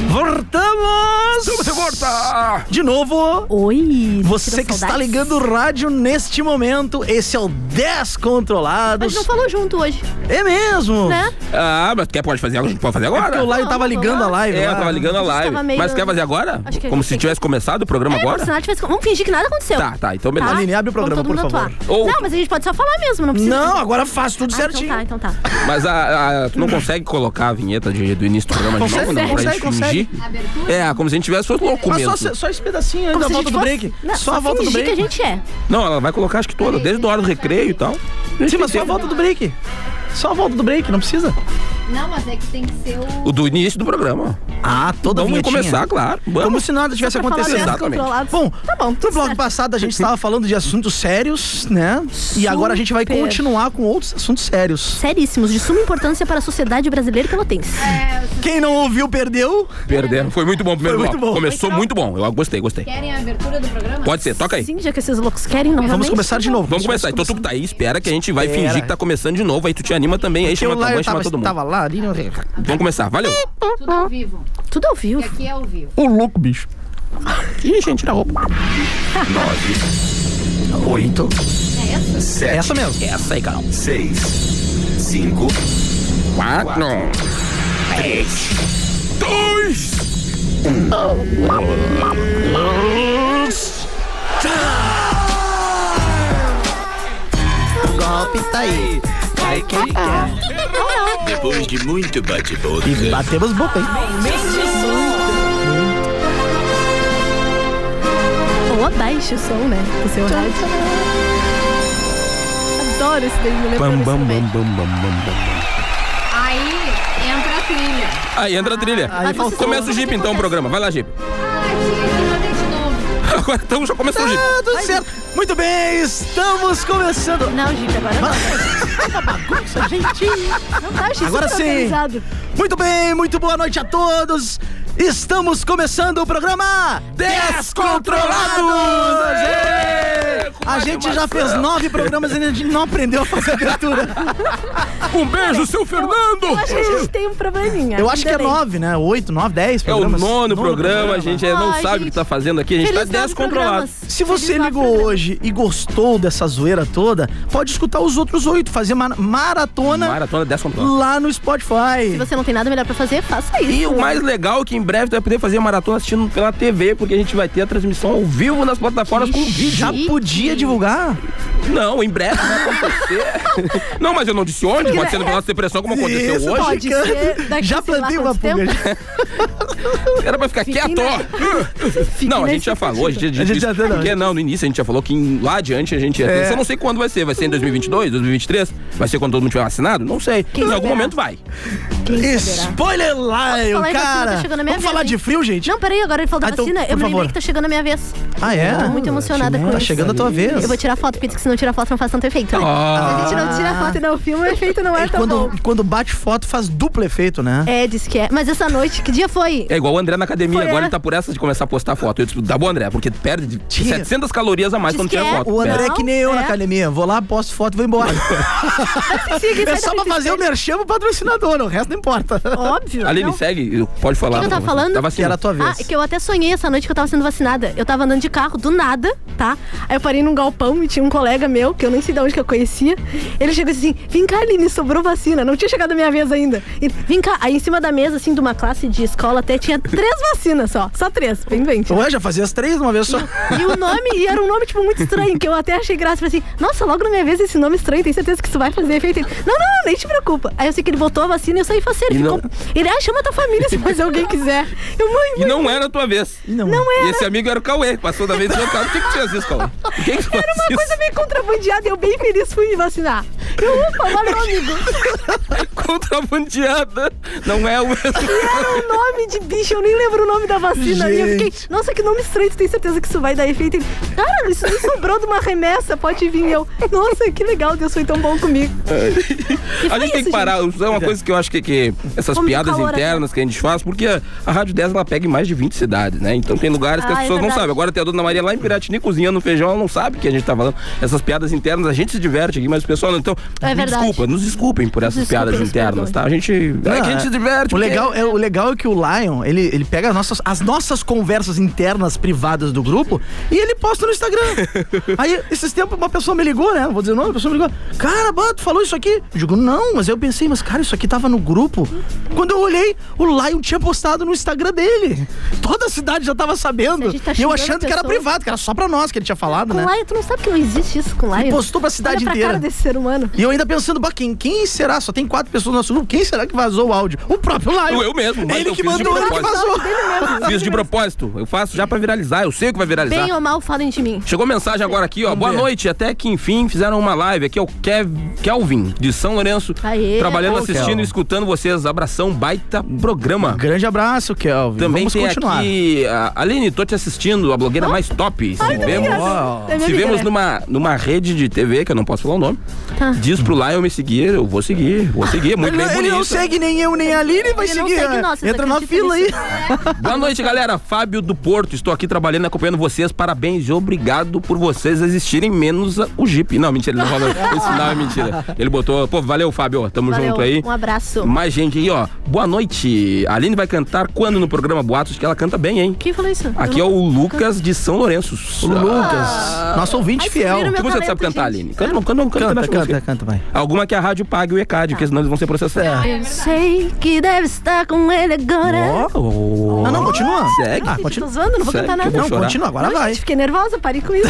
S5: Voltamos!
S7: Você corta!
S5: De novo.
S6: Oi.
S5: Você
S6: tirou
S5: que está
S6: saudades?
S5: ligando o rádio neste momento, esse é o Descontrolados.
S6: Mas não falou junto hoje.
S5: É mesmo?
S6: Né?
S7: Ah, mas quer, pode fazer agora? A gente pode fazer
S5: É porque
S7: agora?
S5: o Laio tava ligando a live.
S7: É, eu
S5: lá.
S7: tava ligando a live.
S6: né? tava meio-
S7: Mas quer fazer agora?
S6: Acho que a
S7: Como
S6: gente
S7: se tivesse começado o programa
S6: É, como se
S7: agora?
S6: nada tivesse- Vamos fingir que nada aconteceu.
S7: Tá, tá, então beleza.
S5: Aline, abre o
S6: Vamos
S5: programa,
S6: todo mundo
S5: por favor.
S6: atuar.
S7: Ou-
S6: Não, mas a gente pode só falar mesmo, não precisa.
S5: Não, agora faz tudo
S6: Ah,
S5: certinho.
S6: Então tá, então tá.
S7: Mas a, a- tu não consegue colocar a vinheta de- do início do programa de
S5: Consegue,
S7: novo, não? Pra
S5: consegue,
S7: gente
S5: consegue.
S7: fingir? É, como se a gente tivesse outro
S5: Mas só,
S7: documento.
S5: só esse pedacinho aí
S6: Como
S5: da
S6: se a
S5: volta
S6: gente
S5: do
S6: fosse-
S5: break.
S6: Não,
S5: só a volta do
S6: fingir
S5: break.
S6: que a gente é.
S7: Não, ela vai colocar acho que toda, desde a hora do recreio e tal. Então,
S5: Sim, mas só a volta do break. Só a volta do break, não precisa.
S8: Não, mas é que tem que ser o.
S7: O do início do programa.
S5: Ah, toda
S7: Vamos
S5: vinhetinha.
S7: começar, claro. Vamos.
S5: Como se nada tivesse
S6: Só pra falar
S5: acontecido.
S6: mesmo,
S7: Exatamente.
S6: controlado.
S5: Bom,
S6: Tá bom,
S5: no bloco passado a gente estava falando de assuntos sérios, né? E agora a gente vai
S6: Super.
S5: continuar com outros assuntos sérios.
S6: Seríssimos, de suma importância para a sociedade brasileira que ela tem.
S5: É. Quem não ouviu, perdeu.
S7: Perdemos. Foi muito bom o primeiro
S5: Foi muito
S7: bloco.
S5: bom.
S7: Começou muito bom. Eu gostei, gostei.
S8: Querem a abertura do programa?
S7: Pode ser, toca aí.
S6: Sim, já que esses loucos querem novamente.
S5: Vamos começar de novo.
S7: Vamos começar. Então tu que tá aí, espera que a gente vai
S5: Espera.
S7: fingir que tá começando de novo. Aí tu te anima também, aí
S5: Porque
S7: chama
S5: eu
S7: tua
S5: lá
S7: mãe,
S5: eu
S7: chama
S5: tava,
S7: todo mundo.
S5: tava lá, ali,
S7: Vamos começar, valeu.
S8: Tudo ao vivo.
S6: Tudo ao vivo.
S8: E aqui é ao vivo.
S5: Ô, louco, bicho.
S7: Ih, gente, tira a roupa.
S1: nove, oito,
S8: É essa?
S5: É
S1: sete,
S5: essa mesmo.
S7: Essa aí, Carol.
S1: seis, cinco,
S7: Quatro.
S1: três,
S7: Dois.
S5: Golpe tá aí.
S2: Vai quem
S5: Ah,
S2: quer.
S3: Depois de muito bate-boca.
S5: E batemos boca, hein?
S6: Ou abaixe o som, né? Do seu rádio. Adoro esse daí, me lembra
S7: Bam,
S6: desse
S7: bam,
S6: beijo.
S7: bam, bam, bam, bam, bam.
S8: Aí entra a trilha.
S7: Aí entra a trilha.
S5: Ah, Aí
S6: Mas vocês
S7: Começa
S6: são-
S7: o Jeep então o programa. Vai lá, Jeep.
S8: Ah, tinha que fazer de novo.
S7: Agora então já começou o Jeep.
S5: Ah, tudo certo. Muito bem, estamos começando.
S6: Não, gente, agora não.
S5: Bagunça, gentinho.
S6: Não tá, achei
S5: Agora
S6: super
S5: sim.
S6: organizado.
S5: Muito bem, muito boa noite a todos. Estamos começando o programa Descontrolados. Aê! A gente já fez nove programas e a gente não aprendeu a fazer abertura.
S7: Um beijo, seu É
S6: Eu acho que a
S7: Fernando.
S6: gente tem um probleminha.
S5: Eu acho que é
S6: Ainda bem.
S5: nove, né? Oito, nove, dez
S7: É o
S5: programas.
S7: nono programa, a gente não
S6: Ai,
S7: sabe o que
S6: gente.
S7: tá fazendo aqui, a gente tá
S6: Feliz nove
S7: descontrolado.
S6: programas.
S5: Se você
S6: Feliz nove
S5: ligou
S6: programas.
S5: hoje e gostou dessa zoeira toda, pode escutar os outros oito, fazer uma maratona
S7: Maratona descontrolada.
S5: lá no Spotify.
S6: Se você não tem nada melhor pra fazer, faça isso.
S7: E o mais legal é que em breve tu vai poder fazer a maratona assistindo pela TV, porque a gente vai ter a transmissão ao vivo nas plataformas com vídeo.
S5: Já podia divulgar?
S7: Não, em breve vai acontecer. não, mas eu não disse onde, pode ser no Palácio de Depressão, como aconteceu
S5: Isso,
S7: hoje.
S5: pode.
S6: Pode ser daqui,
S5: Já
S6: sei lá,
S5: plantei uma
S6: quanto
S5: pulga.
S6: tempo.
S7: Era pra ficar quieto, ó. Não, a gente já falou, a gente já
S5: A gente
S7: disse.
S5: já deu, não.
S7: Porque não, no início a gente já falou que em- lá adiante a gente ia ter.
S5: É.
S7: Só não sei quando vai ser. Vai ser em 2022, 2023? Vai ser quando todo mundo tiver vacinado? Não sei. em algum
S6: saberá?
S7: momento vai.
S5: Spoiler Lion,
S6: falar em vacina,
S5: cara!
S6: tá chegando a minha
S5: Vamos
S6: vez,
S5: falar de
S6: hein?
S5: frio, gente?
S6: Não, peraí, agora ele falou da
S5: Ah, então,
S6: vacina.
S5: por
S6: Eu me lembrei
S5: favor.
S6: que tá chegando a minha vez.
S5: Ah, é?
S6: Eu tô muito emocionada com
S5: Tá
S6: isso.
S5: chegando a tua vez. Ah.
S6: Eu vou tirar foto, porque diz que se não tirar foto não faz tanto efeito, né? Se a gente não tira foto e não filma, o efeito não é
S5: E
S6: tão bom.
S5: quando, quando bate foto, faz duplo efeito, né?
S6: É, diz que é. Mas essa noite, que dia foi?
S7: É igual o André na academia,
S6: Foi,
S7: agora
S6: é.
S7: ele tá por essa de começar a postar foto. Eu disse, dá bom, André, porque tu perde de
S5: Tia.
S7: 700 calorias a mais
S6: Diz
S7: quando
S6: que
S7: tira
S6: é.
S7: foto.
S5: O André
S6: Não,
S5: é que nem eu na
S6: é.
S5: academia. Vou lá, posto foto e vou embora. é só pra fazer o merchan pro patrocinador, o resto não importa.
S6: Óbvio.
S7: Ali, me
S6: não.
S7: segue, pode falar.
S6: O que que eu
S7: Tava
S6: tava falando?
S7: Tava assim,
S5: Que era a tua vez.
S6: Ah, que eu até sonhei essa noite que eu tava sendo vacinada. Eu tava andando de carro, do nada, tá? Aí eu parei num galpão e tinha um colega meu, que eu nem sei de onde que eu conhecia. Ele chegou assim, vem cá, Aline, sobrou vacina. Não tinha chegado a minha vez ainda. Ele, vem cá. Aí em cima da mesa, assim, de uma classe de escola até, tinha três vacinas só. Só três, bem bem. tinha.
S5: Ué, Então, é, já fazia as três de uma vez só.
S6: E o nome, e era um nome, tipo, muito estranho, que eu até achei graça. Falei assim, nossa, logo na minha vez esse nome estranho, tem certeza que isso vai fazer efeito? Ele, Não, não, nem te preocupa. Aí eu sei que ele botou a vacina e eu saí faceiro.
S7: E
S6: Ele,
S7: não-
S6: ficou... ele, ah, chama tua família se mais alguém quiser. Eu, mãe,
S7: E não era a tua vez.
S5: Não.
S7: E esse é amigo era o Cauê, passou da vez do Cauê. Por que que tinha isso, Cauê? Por que que tu faz
S6: Era uma
S7: isso?
S6: coisa meio contrabandeada, eu bem feliz fui me vacinar. Eu, opa, valeu, amigo.
S7: Contrabandeada. Não é o mesmo.
S6: Era um nome de bicho, eu nem lembro o nome da vacina. E eu fiquei, nossa, que nome estranho, tu tem certeza que isso vai dar efeito? Ele, Cara, isso me sobrou de uma remessa, pode vir. Eu, nossa, que legal, Deus foi tão bom comigo.
S7: A gente tem que
S6: isso,
S7: parar. Isso é uma coisa que eu acho que, que essas
S6: Vamos
S7: piadas
S6: calor
S7: internas que a gente faz, porque a, a Rádio 10 ela pega em mais de 20 cidades, né? Então tem lugares que
S6: Ah,
S7: as
S6: é
S7: pessoas não
S6: verdade.
S7: sabem. Agora tem a dona Maria lá em Piratini cozinhando feijão, ela não sabe o que a gente tá falando. Essas piadas internas, a gente se diverte aqui, mas o pessoal não. Então,
S6: É
S7: me
S6: verdade.
S7: desculpa, nos desculpem por essas
S6: desculpem,
S7: piadas
S6: os
S7: internas, tá? A gente.
S5: Não,
S7: é que a gente se diverte.
S5: O
S7: porque-
S5: legal, é, o legal é que o Lion, ele, ele pega as nossas, as nossas conversas internas privadas do grupo e ele posta no Instagram. Aí, esses tempos, uma pessoa me ligou, né? Não Vou dizer o nome, a pessoa me ligou. Cara, bah, tu falou isso aqui? Eu digo, não, mas eu pensei, mas cara, isso aqui tava no grupo. Quando eu olhei, o Lion tinha postado no Instagram dele. Toda a cidade já tava sabendo.
S6: gente tá
S5: e eu
S6: xingando
S5: achando que era
S6: pessoas.
S5: privado, que era só pra nós que ele tinha falado,
S6: Com
S5: né?
S6: Lion, tu não sabe que não existe isso com Lion.
S5: Ele postou pra cidade
S6: Olha pra
S5: inteira.
S6: cara desse ser humano.
S5: E eu ainda pensando, bah, quem, quem será? Só tem quatro pessoas no nosso grupo. Quem será que vazou o áudio? O próprio Lion.
S7: Eu mesmo, mas
S5: Ele
S7: eu
S5: que
S7: fiz de
S5: mandou, ele que
S7: propósito.
S5: vazou.
S7: Fiz de propósito. Eu faço já pra viralizar. Eu sei que vai viralizar.
S6: Bem ou mal, falem de mim.
S7: Chegou mensagem agora aqui, ó. Boa
S6: ver.
S7: noite. Até que enfim fizeram uma live. Aqui é o Kev, Kelvin, de São Lourenço.
S6: Aê.
S7: trabalhando,
S6: Ô,
S7: assistindo
S5: Kelvin.
S7: e escutando vocês. Abração, baita programa.
S5: Grande abraço, Kelvin.
S7: Também
S5: Vamos
S7: tem
S5: continuar.
S7: aqui. a- Aline, tô te assistindo, a blogueira mais top. Se
S5: Ai, tá
S7: vemos,
S5: ligado. É minha
S7: se
S5: amiga,
S7: vemos
S5: né?
S7: numa, numa rede de TV, que eu não posso falar o nome,
S6: Tá.
S7: diz pro Lion me seguir, eu vou seguir, vou seguir. Muito
S5: ele,
S7: bem
S5: ele
S7: bonito.
S5: não segue nem eu, nem a Aline, vai
S6: Ele não
S5: seguir.
S6: segue
S5: né?
S6: nós, tá vocês
S5: Entra na
S6: acreditam
S5: fila aí.
S6: É,
S7: Boa noite, galera. Fábio do Porto. Estou aqui trabalhando, acompanhando vocês. Parabéns e obrigado por vocês existirem, menos a- o Jeep. Não, mentira, ele não falou. Esse final é mentira. Ele botou. Pô, valeu, Fábio. Tamo
S6: Valeu,
S7: junto aí.
S6: Um abraço.
S7: Mais gente aí, ó. Boa noite. A Aline vai cantar quando no programa Boatos, que ela canta bem, hein?
S6: Quem falou isso?
S7: Aqui é
S6: Eu não-
S7: o Lucas de São Lourenço. O
S5: Lucas,
S6: Ah.
S5: nosso ouvinte fiel.
S7: Que música você sabe cantar, Aline? Canta, não, canta, não, canta,
S5: Canta,
S7: essa
S5: canta,
S7: música.
S5: canta, É. vai.
S7: Alguma que a rádio pague o ECAD, porque senão eles vão ser processados.
S6: Ah, Eu sei que deve estar com ele agora.
S7: Oh.
S5: Ah, Não, não, continua.
S7: Segue.
S5: Ah,
S6: Tô
S5: continua.
S6: zoando, não vou
S7: Sério
S6: cantar
S7: que
S6: nada.
S7: eu vou
S5: Não,
S7: chorar.
S5: continua, agora
S6: Não,
S5: vai.
S6: gente, fiquei nervosa, parei com isso.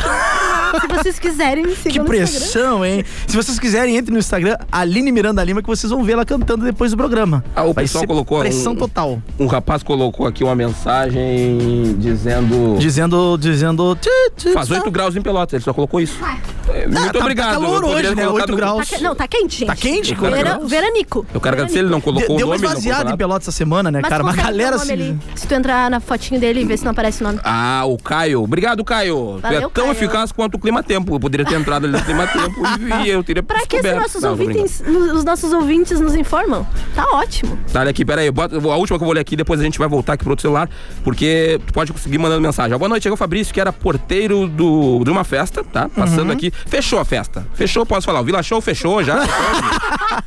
S6: Se vocês quiserem, me sigam
S5: Que
S6: no Instagram.
S5: pressão, hein? Se vocês quiserem, entre no Instagram, Aline Miranda Lima, que vocês vão ver ela cantando depois do programa.
S7: Ah, o
S5: Vai
S7: pessoal
S5: ser
S7: colocou
S5: Pressão
S7: um-
S5: total.
S7: Um rapaz colocou aqui uma mensagem dizendo.
S5: Dizendo, dizendo. tchê, tchê,
S7: Faz
S5: tchau.
S7: 8 graus em Pelotas, ele só colocou isso. É,
S5: Ah, tá-
S7: Muito
S5: tá
S7: obrigado.
S5: calor
S7: eu poderia
S5: hoje,
S7: ter
S5: né?
S7: colocado-
S5: 8 graus.
S6: Tá, que- não, tá quente, gente.
S5: Tá quente,
S7: Eu quero
S5: cara.
S6: Vera, Veranico.
S7: Eu quero agradecer, ele não colocou
S5: Deu
S7: o
S5: uma
S7: nome. ele não
S5: esvaziada em
S7: colocou nada.
S5: Pelotas essa semana, né, cara? Uma
S6: consegue
S5: galera
S6: ver o nome
S5: assim.
S6: ali. Se tu entrar na fotinho dele e ver se não aparece o nome.
S7: Ah, o Caio. Obrigado, Caio. tu é
S6: Valeu,
S7: tão
S6: Caio.
S7: eficaz quanto o clima-tempo. Eu poderia ter entrado ali no clima-tempo e, e eu teria
S6: Pra que se
S7: descoberto.
S6: nossos,
S7: Não, tô brincando.
S6: ouvintes, nos- os nossos ouvintes nos informam? Tá ótimo.
S7: Tá, olha aqui, peraí, bota, a última que eu vou ler aqui, depois a gente vai voltar aqui pro outro celular, porque tu pode conseguir mandando mensagem. Ó, Boa noite, aqui é o Fabrício, que era porteiro do, de uma festa, tá? Passando
S5: Uhum.
S7: aqui. Fechou a festa. Fechou, posso falar. O Vila Show fechou já.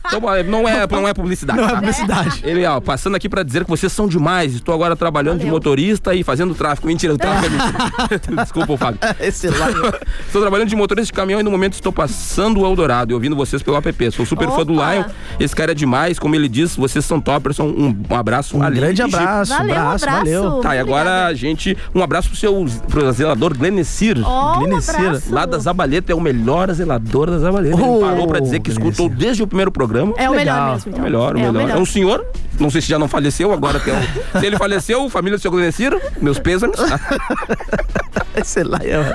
S7: então, ó, não, é, não é publicidade.
S5: Não é
S7: tá?
S5: publicidade.
S7: Ele, ó, passando aqui pra dizer que vocês são demais. Estou agora trabalhando de motorista e fazendo tráfico. Mentira, o tráfico é mentira. Desculpa, Fábio.
S5: Esse lá.
S7: Estou trabalhando de motorista de caminhão e no momento estou passando o Eldorado e ouvindo vocês pelo app. Sou super fã do
S6: Opa!
S7: Lion. Esse cara é demais, como ele diz, vocês são toppers. Um, um abraço,
S5: Um
S7: Aline
S5: grande
S7: e Gi.
S5: abraço,
S6: Valeu, um
S5: abraço,
S6: abraço.
S5: valeu.
S7: Tá, e agora a gente. Um abraço pro seu pro zelador Glenecir.
S6: Ó, um
S5: Glenecir,
S6: abraço.
S7: Lá da Zabaleta, é o melhor zelador da Zabaleta.
S5: Oh,
S7: ele parou pra dizer que
S5: Glenecir.
S7: escutou desde o primeiro programa.
S6: É o melhor
S5: Legal.
S6: mesmo.
S7: É
S6: então.
S7: o melhor, o
S6: É
S7: melhor. É um senhor, não sei se já não faleceu agora. Que é o- se ele faleceu, família do seu Glenecir, meus pêsames. tá?
S5: Esse lá é-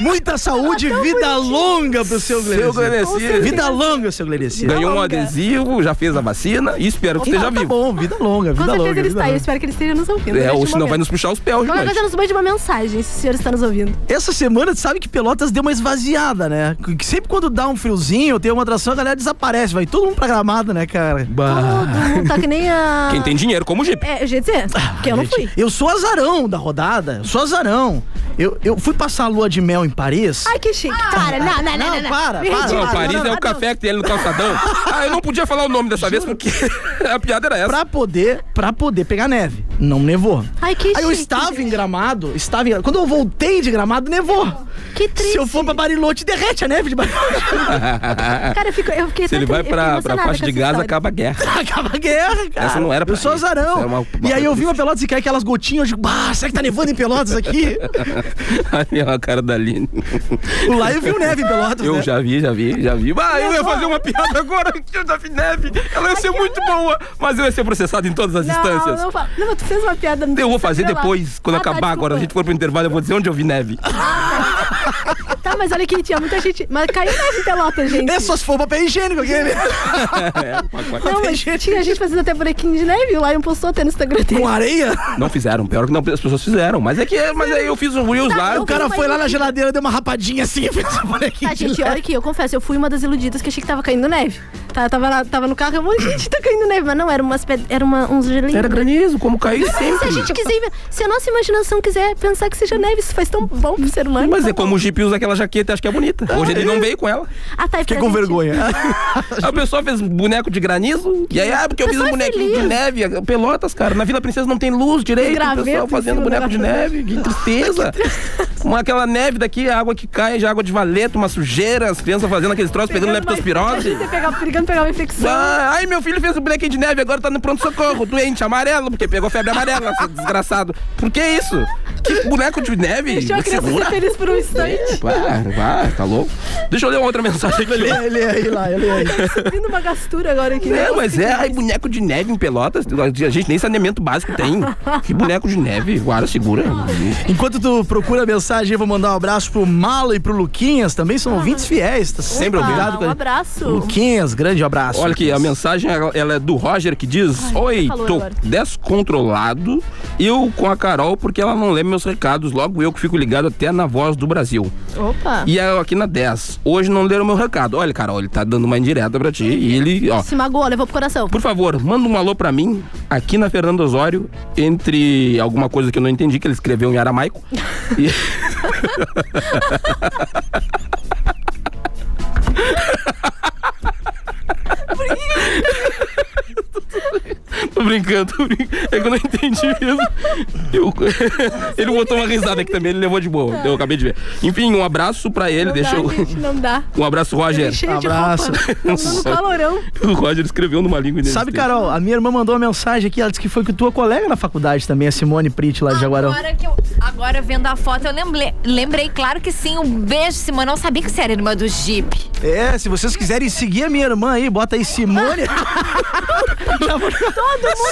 S5: Muita saúde, vida longa pro
S7: Seu
S5: seu Glenecir.
S7: Glenecir.
S5: Vida longa, seu Glenecir.
S7: Ganhou um adesivo, já fez a vacina e espero que
S5: Então
S7: esteja
S5: tá
S7: vivo.
S5: bom, vida longa,
S6: Com
S5: vida
S6: certeza
S5: longa.
S6: ele
S5: vida
S6: está aí. Eu
S5: longa.
S6: espero que ele esteja nos ouvindo.
S7: né? É,
S6: neste
S7: ou senão
S6: momento.
S7: vai nos puxar os pés,
S6: Qualquer
S7: gigante.
S6: coisa, nos mande uma mensagem se o senhor está nos ouvindo.
S5: Essa semana, tu sabe que Pelotas deu uma esvaziada, né? Que Sempre quando dá um friozinho, tem uma atração, a galera desaparece, vai todo mundo pra gramado, né, cara?
S6: Todo mundo tá que nem a.
S7: Ah. Quem tem Ah, dinheiro, como o Jeep.
S6: É, eu ia dizer, que eu não fui.
S5: Eu sou azarão da rodada, eu sou azarão. Eu, eu fui passar a lua de mel em Paris.
S6: Ai, que chique.
S7: Ah,
S6: Para, não, não, não,
S5: Não,
S6: não. não.
S5: para,
S6: Me
S5: para.
S6: retiro.
S7: Não,
S5: Ah,
S7: Paris
S5: não,
S7: é o
S6: não.
S7: café que tem ali no calçadão. Ah, eu não podia falar o nome dessa vez porque a piada era essa.
S5: Pra poder, pra poder pegar neve. Não nevou.
S6: Ai, que
S5: Aí eu
S6: chique.
S5: estava em Gramado, estava em, quando eu voltei de Gramado, nevou.
S6: Que triste.
S5: Se eu for pra Bariloche, derrete a neve de Bariloche.
S6: Cara, eu, fico, eu fiquei
S7: Se ele vai pra, pra faixa de gás, acaba a guerra.
S5: Acaba a guerra, cara.
S7: Essa não era pra
S5: Eu sou
S7: ir. Essa
S5: azarão.
S7: é uma- uma
S5: e aí eu vi
S7: triste.
S5: uma Pelotas e cai aquelas gotinhas, eu digo, bah, será que tá nevando em Pelotas aqui?
S7: Ali, ó, a cara da Aline.
S5: o Laio viu neve em Pelotas,
S7: Eu
S5: né?
S7: já vi, já vi, já vi. Ah, eu ia fazer uma piada agora que eu já vi neve. Ela ia ser muito boa, mas eu ia ser processado em todas as
S6: é Não,
S7: instâncias.
S6: não, fala. não, mas tu fez uma piada.
S7: Eu vou fazer depois, quando
S6: Ah, tá,
S7: acabar agora, a gente for
S6: desculpa.
S7: pro intervalo, eu vou dizer onde eu vi neve.
S6: Tá, mas olha aqui, tinha muita gente. Mas caiu neve em pelota, gente.
S5: É só se for papel higiênico né? aquele.
S7: É, pacote.
S6: Não, mas tinha gente fazendo até buraquinho de neve. O Lion postou até no Instagram dele.
S5: Com areia.
S7: Não fizeram, pior que não, as pessoas fizeram. Mas é que mas aí eu fiz um Reels lá.
S5: o cara
S6: vi,
S5: foi lá
S6: mas Tá, eu
S5: na
S6: vi.
S5: geladeira, deu uma rapadinha assim e fez essa bonequinha
S6: Tá,
S5: de
S7: né?
S6: gente,
S5: leve.
S6: olha aqui, eu confesso, eu fui uma das iludidas que achei que tava caindo neve. Tá, eu tava, lá- tava no carro, eu, "Mãe, gente, tá caindo neve. Mas não, era, umas, ped- era uma, uns gelinhos.
S7: Era granizo, como caiu sempre.
S6: Se a gente quiser, se a nossa imaginação quiser pensar que seja neve, isso faz tão bom pro ser humano. tá
S7: Mas
S6: tão
S7: é como o Jeep usa aquela jaqueta e acho que é bonita. Hoje ele não veio com ela.
S6: Ah, tá,
S7: Fiquei com vergonha. Aí o pessoal fez boneco de granizo. E aí, ah, porque eu fiz um
S6: Pessoal é
S7: bonequinho de
S6: feliz.
S7: neve. Pelotas, cara. Na Vila Princesa não tem luz direito. o
S6: gravetos
S7: pessoal
S6: em
S7: fazendo
S6: cima
S7: boneco
S6: do
S7: de
S6: negócio.
S7: neve. Que tristeza. Uma, aquela neve daqui, a água que cai, já água de valeta, uma sujeira. As crianças fazendo aqueles troços, pegando,
S6: Pegando uma-
S7: leptospirose.
S6: Pegar, brigando pegar uma infecção.
S7: Ah, ai, meu filho fez o bonequinho de neve, agora tá no pronto-socorro, doente, amarelo, porque pegou febre amarela, seu desgraçado. Por que isso? Que boneco de neve?
S4: Deixou a criança
S7: Segura.
S4: ser feliz por um instante.
S7: Vai, vai, tá louco? Deixa eu ler uma outra mensagem aqui.
S4: Lê, lê aí lá, lê aí.
S6: Subindo uma gastura agora aqui. né?
S7: Não, mas é, ai, boneco de neve em Pelotas, a gente nem saneamento básico tem. Que boneco de neve, guarda, segura.
S5: Enquanto tu procura a mensagem, eu vou mandar um abraço pro Malo e pro Luquinhas, também são ouvintes fiéis, tá sempre
S7: Opa,
S5: obrigado.
S7: um
S6: Ah. abraço.
S5: Luquinhas, grande abraço.
S7: Olha aqui, a mensagem ela ela é do Roger que diz:
S5: Ai,
S7: Oi,
S5: falou
S7: tô
S5: agora."
S7: descontrolado. Eu com a Carol porque ela não lê meus recados. Logo eu que fico ligado até na voz do Brasil.
S6: Opa.
S7: E eu aqui na 10. Hoje não leram meu recado. Olha, Carol, ele tá dando uma indireta pra ti. E ele, ó.
S6: Se magoou, levou pro coração.
S7: Por favor, manda um alô pra mim, aqui na Fernando Osório, entre alguma coisa que eu não entendi, que ele escreveu em aramaico. E- Tô brincando, tô brincando. É que eu não entendi mesmo. Eu- ele botou uma risada aqui também, ele levou de boa. Eu acabei de ver. Enfim, um abraço pra ele.
S6: não
S7: deixa
S6: dá,
S7: eu.
S6: gente, não dá. Tá
S7: Um abraço, Roger.
S6: Cheio de Abraço. roupa. Tamo no calorão.
S7: O Roger escreveu numa língua
S5: Sabe,
S7: inexistente.
S5: Carol, a minha irmã mandou uma mensagem aqui, ela disse que foi com tua colega na faculdade também, a Simone Prit lá de Jaguarão.
S8: Agora que eu, agora vendo a foto, eu lembrei, lembrei, claro que sim, um beijo, Simone. Eu Não sabia que você era irmã do Jeep.
S5: É, se vocês quiserem seguir a minha irmã aí, bota aí Simone. Já vou-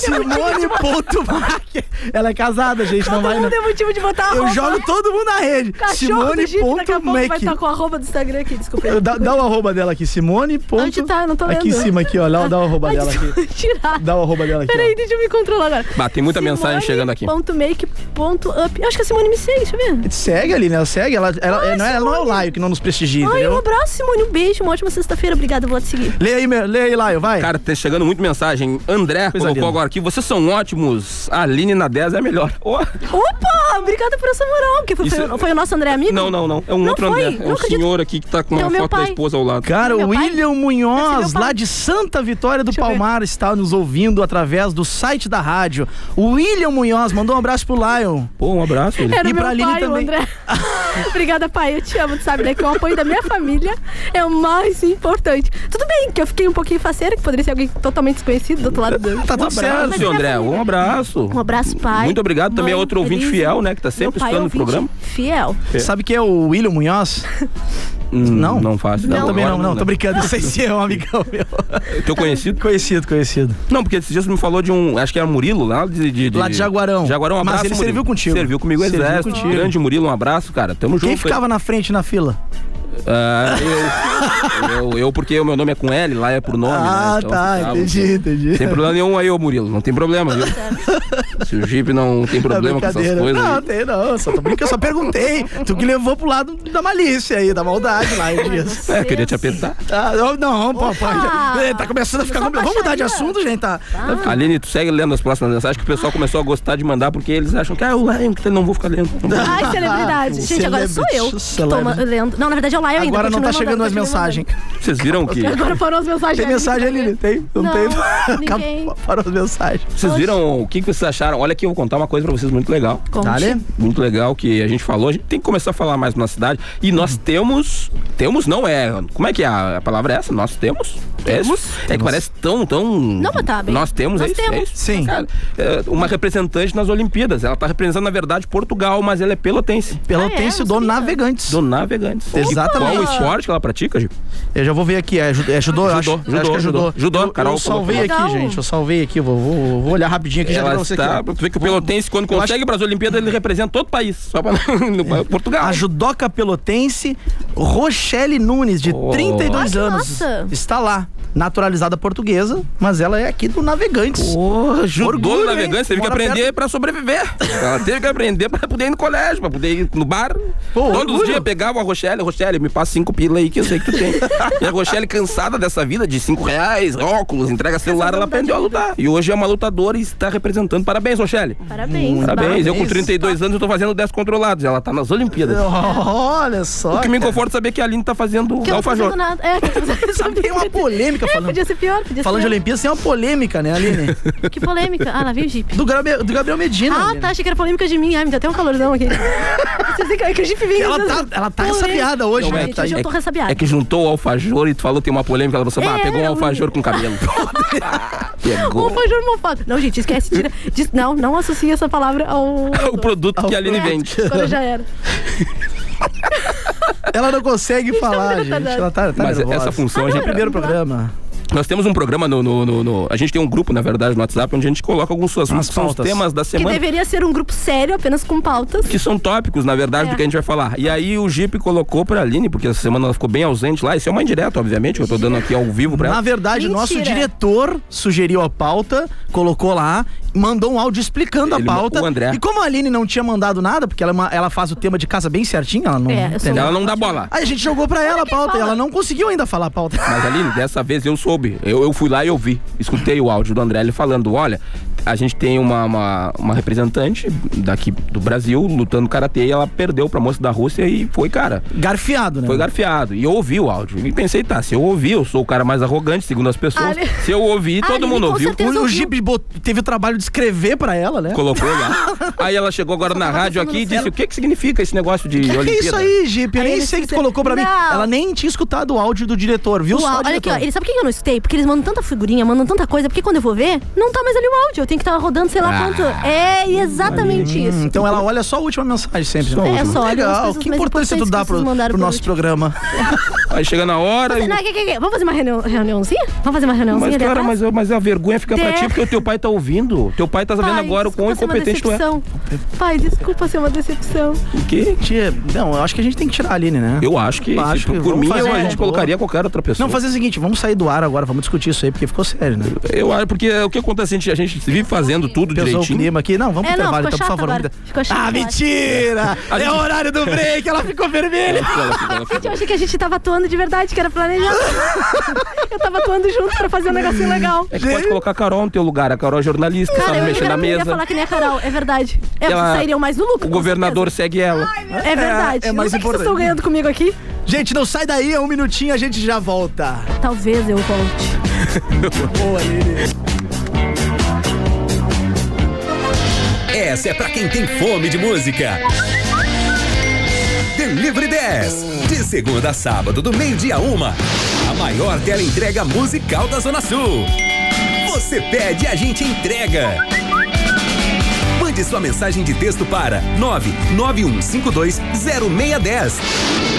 S5: Simone ponto Mac. é Ela é casada, gente, não vai não.
S6: mundo é motivo de botar a
S5: Eu
S6: roupa.
S5: jogo todo mundo na rede.
S6: Cachorro
S5: Simone
S6: do Jeep, daqui a
S5: ponto
S6: pouco vai
S5: Mac.
S6: estar com a roupa do Instagram aqui, desculpa.
S5: Eu- Dá, dá o arroba dela aqui, Simone. Ponto...
S6: Onde tá? Eu não tô
S5: Aqui em
S6: vendo.
S5: cima, aqui, ó. Dá, dá o arroba
S6: Ai,
S5: dela aqui.
S6: Tirar.
S5: Dá o arroba dela aqui.
S6: Peraí, deixa eu me controlar agora.
S7: Bah, tem muita mensagem chegando aqui.
S6: Ponto make, ponto up. Eu acho que a Simone me segue, deixa eu ver.
S5: Segue ali, né? Ela Segue, ela, ela, é- não é, ela não é o Laio que não nos prestigia,
S6: Ai, um
S5: entendeu?
S6: abraço, Simone. Um beijo, uma ótima sexta-feira. Obrigada, vou te seguir.
S5: Lê aí, meu- lê aí, Laio, vai.
S7: Cara, tá chegando muito mensagem. André colocou
S5: linda.
S7: agora aqui. Vocês são ótimos. A Aline na 10 é a melhor. Ó,
S6: Opa, obrigada por essa moral. Porque foi,
S7: Isso
S6: foi,
S7: é-
S6: foi o nosso André amigo?
S7: Não, não, não. É um
S6: Não
S7: outro
S6: foi,
S7: André. É
S6: não
S7: um
S6: acredito.
S7: senhor aqui que tá com
S6: É o
S7: uma
S6: meu
S7: foto da
S6: pai. é
S7: esposa ao lado.
S5: Cara, o William Munhoz, lá de Santa Vitória do Palmar, está nos ouvindo através do site da rádio. O William Munhoz mandou um abraço pro Lion.
S7: Pô, um abraço.
S6: Era o meu pai, o André. Obrigada, pai. Eu te amo, tu sabe, né? Que o apoio da minha família é o mais importante. Tudo bem que eu fiquei um pouquinho faceira, que poderia ser alguém totalmente desconhecido do outro lado do...
S7: um
S5: Tá tudo
S7: abraço,
S5: certo.
S7: seu André. Um abraço.
S6: é Um abraço, pai.
S7: Muito obrigado. Também é
S6: Mãe,
S7: outro ouvinte
S6: querido.
S7: fiel, né? Que tá sempre
S6: Meu
S7: escutando
S6: pai é
S7: o
S6: ouvinte
S7: programa.
S6: Fiel.
S5: Sabe quem é o William Munhoz?
S7: não? Hum, Não faço.
S5: Não, também
S7: agora
S5: não, não. Tô
S7: lembro.
S5: brincando, eu sei se é um amigão meu.
S7: Teu conhecido?
S5: Conhecido, conhecido.
S7: Não, porque esses dias tu me falou de um. Acho que era Murilo lá de. de, de
S5: Lá de Jaguarão.
S7: Jaguarão, um
S5: Mas
S7: abraço.
S5: ele
S7: Murilo.
S5: serviu contigo.
S7: Serviu comigo,
S5: Serviu
S7: exército.
S5: contigo.
S7: Grande Murilo, um abraço, cara. Tamo junto.
S5: Quem
S7: aí.
S5: ficava na frente na fila?
S7: Ah, eu, eu, eu, porque o meu nome é com L, lá é por nome.
S5: Ah,
S7: né? Então,
S5: tá,
S7: ficava-
S5: entendi, entendi.
S7: Tem problema nenhum aí, ô Murilo. Não tem problema, viu? Se o Jeep não tem problema com essas
S5: Brincadeira.
S7: coisas.
S5: Não,
S7: aí.
S5: tem não. Só tô brincando, eu só perguntei. Tu que levou pro lado da malícia aí, da maldade lá, eu disse.
S7: É, queria te apertar.
S5: Ah, não, não, pô, pô, é, Tá começando a ficar complicado. Vamos mudar de assunto, gente. Tá.
S7: Aline, tu segue lendo as próximas mensagens que o pessoal começou a gostar de mandar porque eles acham que ah, eu leio, que eu não vou ficar lendo.
S6: Ai,
S7: Ah,
S6: celebridade. Gente, agora sou eu que tô
S7: Celebrity.
S6: ma- lendo. Não, na verdade é o Laio ainda.
S5: Agora não
S6: continua
S5: tá chegando
S6: mandando,
S5: mais
S6: continua
S5: mensagem.
S7: Vocês viram que.
S6: mandando. Agora foram as mensagens.
S5: Tem mensagem ali, Lili? tem? Não,
S6: Não,
S5: tem?
S6: ninguém.
S5: Acabou, Parou as mensagens.
S7: Vocês viram o que, que vocês acharam? Olha aqui, eu vou contar uma coisa pra vocês muito legal.
S5: Conte.
S6: Tá, né?
S5: Dale.
S7: Muito legal que a gente falou, a gente tem que começar a falar mais na cidade. E nós
S5: Uhum.
S7: temos. Temos, não é. Como é que é a, a palavra é essa? Nós temos? É, isso? é que parece tão, tão. Não,
S6: mas tá bem.
S7: Nós temos,
S6: Nós
S7: é isso? é
S6: temos.
S7: isso?
S5: Sim.
S7: Cara, é, uma representante nas Olimpíadas. Ela tá representando, na verdade, Portugal, mas ela é pelotense.
S6: Ah,
S5: Pelotense do Navegantes.
S7: Do Navegantes.
S5: Exatamente.
S7: Qual o esporte que ela pratica, Gil?
S5: Eu já vou ver aqui. É, ju- é judô, eu acho.
S7: Judô,
S5: Eu acho que é
S7: judô, judô.
S5: Eu-
S7: Carol
S5: Eu
S7: falou
S5: salvei
S7: que-
S5: aqui,
S7: Legal.
S5: gente. Eu salvei aqui. Vou, vou, vou olhar rapidinho aqui. Já
S7: ela
S5: deu pra você
S7: está,
S5: aqui. ó.
S7: tu vê que o pelotense, quando consegue para as Olimpíadas, ele representa todo o país. Só para
S5: É.
S7: Portugal.
S5: A judoca pelotense Rochelle Nunes, de
S7: Oh.
S5: 32
S6: Ai,
S5: anos.
S6: nossa.
S5: Está lá. Naturalizada portuguesa, mas ela é aqui do Navegantes.
S7: Pô, judô
S5: Orgulho,
S7: na
S5: hein?
S7: vegança, teve que
S5: Mora
S7: aprender
S5: perto-
S7: pra sobreviver. Ela teve que aprender pra poder ir no colégio, pra poder ir no bar. Todos os
S5: orgulho.
S7: dias pegava a Rochelle, Rochelle, me me passa cinco pila aí que eu sei que tu tem. e a Rochelle, cansada dessa vida de cinco reais, óculos, entrega celular, ela aprendeu a lutar. E hoje é uma lutadora e está representando. Parabéns, Rochelle.
S6: Parabéns.
S7: Parabés. Eu com 32 anos eu tô fazendo 10 controlados. Ela tá nas Olimpíadas.
S5: Olha só.
S7: O que me conforta é saber que a Aline tá fazendo
S6: Que eu não tô
S7: alfajor.
S6: fazendo nada. É, que eu não tô fazendo
S5: Sabe, tem uma polêmica
S6: É,
S5: falando.
S6: podia ser pior, podia ser
S5: Falando de
S6: pior.
S5: Olimpíadas, tem uma polêmica, né, Aline?
S6: Que polêmica. Ah, lá veio o Jeep.
S5: Do Gabriel, do Gabriel Medina.
S6: Ah,
S5: Aline.
S6: tá, achei que era polêmica de mim. Ai, me deu até um calorzão aqui. Vocês veem que- que a Jeep vem.
S5: Ela tá- ela tá ressabiada hoje,
S7: Não,
S5: né?
S7: é,
S6: Gente, hoje eu tô
S7: que,
S6: ressabiada.
S7: é que juntou o alfajor e tu falou que tem uma polêmica. Ela falou assim, ah,
S6: É,
S7: pegou um
S6: não.
S7: alfajor com cabelo.
S6: Um
S7: pegou.
S6: alfajor mofado. Não, gente, esquece, tira. Diz- não, não associa essa palavra ao.
S7: O produto que a Aline
S6: É,
S7: vende.
S6: Agora já era.
S5: Ela não consegue
S6: Então,
S5: falar, gente.
S6: retardada.
S5: Ela tá, tá
S7: Mas
S5: nervosa.
S7: essa função a
S5: é
S7: gente
S5: o primeiro programa.
S7: Nós temos um programa no, no- no- no- A gente tem um grupo, na verdade, no WhatsApp, onde a gente coloca alguns assuntos, que são os
S5: pautas.
S7: temas da
S6: Que
S7: semana.
S6: deveria ser um grupo sério, apenas com pautas.
S7: que são tópicos, na verdade,
S6: É.
S7: do que a gente vai falar. E aí o Jeep colocou pra Aline, porque essa semana ela ficou bem ausente lá. Isso é uma indireta, obviamente, que eu tô dando aqui ao vivo pra
S5: Na
S7: ela.
S5: verdade, o
S6: Mentira.
S5: nosso diretor sugeriu a pauta, colocou lá, mandou um áudio explicando
S7: Ele
S5: a
S7: ma-
S5: pauta.
S7: o André.
S5: E como a Aline não tinha mandado nada, porque ela, é uma- ela faz o tema de casa bem certinho, ela não.
S6: É, eu sou
S5: entendeu?
S7: Ela não dá bola.
S5: Aí a gente jogou pra ela a pauta e ela não conseguiu ainda falar a pauta.
S7: Mas Aline, dessa vez eu soube. Eu, eu fui lá e ouvi. Escutei o áudio do André ele falando: olha, a gente tem uma, uma, uma representante daqui do Brasil lutando karatê e ela perdeu pra moça da Rússia e foi, cara.
S5: Garfiado, né?
S7: Foi garfiado. E eu ouvi o áudio. E pensei, tá, se eu ouvi, eu sou o cara mais arrogante, segundo as pessoas.
S6: Ali-
S7: Se eu ouvi, todo
S6: Ali,
S7: mundo
S6: com
S7: ouviu.
S6: certeza
S5: O, o
S6: ouviu.
S5: Gipe bot- teve o trabalho de escrever pra ela, né?
S7: Colocou lá. Aí ela chegou agora na
S6: tá
S7: rádio aqui e disse: o que, que significa esse negócio de
S5: Que que é
S7: Olimpíada?
S5: isso aí, Gipe? Eu
S6: Aí
S5: nem
S6: ele
S5: sei que tu
S6: disse,
S5: colocou pra mim.
S6: "Não."
S5: Ela nem tinha escutado o áudio do diretor, viu?
S6: O
S5: Só
S6: áudio-
S5: o
S6: olha aqui, ó.
S5: diretor.
S6: Ele sabe por que eu não escutei? Porque eles mandam tanta figurinha, mandam tanta coisa, porque quando eu vou ver, não tá mais ali o áudio. Eu tenho que estar rodando, sei lá
S7: Ah, Hum,
S6: quanto. É exatamente isso.
S5: Então ela olha só a última mensagem sempre.
S7: Só a
S5: né?
S7: última. É,
S6: só olha as
S5: Legal,
S6: coisas
S5: que
S6: mais
S5: importância tu
S6: importantes
S5: dá
S6: que
S5: pro,
S6: vocês mandaram
S5: pro
S6: por
S5: nosso
S6: último.
S5: programa.
S7: Aí chega na hora. e-
S6: Não, é tá?" que- que- que- Vamos fazer uma reunião, reuniãozinha? Vamos fazer uma reuniãozinha
S7: Mas,
S6: ali
S7: cara,
S6: atrás?
S7: mas, mas a vergonha fica pra
S6: Ter-
S7: ti, porque o teu pai tá ouvindo. Teu pai tá sabendo
S6: Né? Pai,
S7: agora o quão
S6: desculpa ser uma
S7: incompetente tu é.
S6: decepção. Pai, desculpa ser uma decepção.
S7: O quê?
S5: Tia, não, eu acho que a gente tem que tirar a Aline, né?
S7: Eu acho que,
S5: Acho
S7: se- por,
S5: que
S7: por
S5: vamos
S7: mim,
S5: fazer
S7: eu- a
S5: uma
S7: gente
S5: boa.
S7: colocaria qualquer outra pessoa.
S5: Não, fazer o seguinte, vamos sair do ar agora, vamos discutir isso aí, porque ficou sério, né?
S7: Eu acho, porque é o que acontece, a gente, a gente vive fazendo tudo
S5: Pesou o
S7: direitinho.
S5: clima aqui. Não, vamos
S6: É,
S5: pro
S6: não,
S7: tá,
S5: trabalho,
S6: ficou
S5: então, por
S6: chato
S5: favor.
S6: agora.
S5: vamos-
S6: Ficou chato
S5: Ah,
S6: agora.
S5: mentira!
S7: A
S5: É
S7: gente- É,
S5: o horário do break, ela ficou vermelha.
S6: Eu achei que a gente tava atuando de verdade, que era planejado. eu tava atuando junto pra fazer um negocinho legal.
S7: É que pode colocar a Carol no teu lugar. A Carol é jornalista,
S6: Cara,
S7: sabe
S6: eu
S7: mexer na
S6: não queria
S7: mesa.
S6: falar que nem a Carol, é verdade. Eu
S7: Ela-
S6: sairiam mais no lucro.
S7: O
S6: com
S7: governador segue ela.
S6: certeza. É verdade.
S5: É, é
S6: É,
S5: mais
S6: mais que vocês
S5: importante.
S6: estão ganhando comigo aqui?
S5: Gente, não sai daí, é um minutinho, a gente já volta.
S6: Talvez eu volte.
S5: Boa, Aline.
S1: Essa é pra quem tem fome de música. Delivery 10. De segunda a sábado, do meio-dia a uma. A maior tela entrega musical da Zona Sul. Você pede, a gente entrega. Mande sua mensagem de texto para 991520610.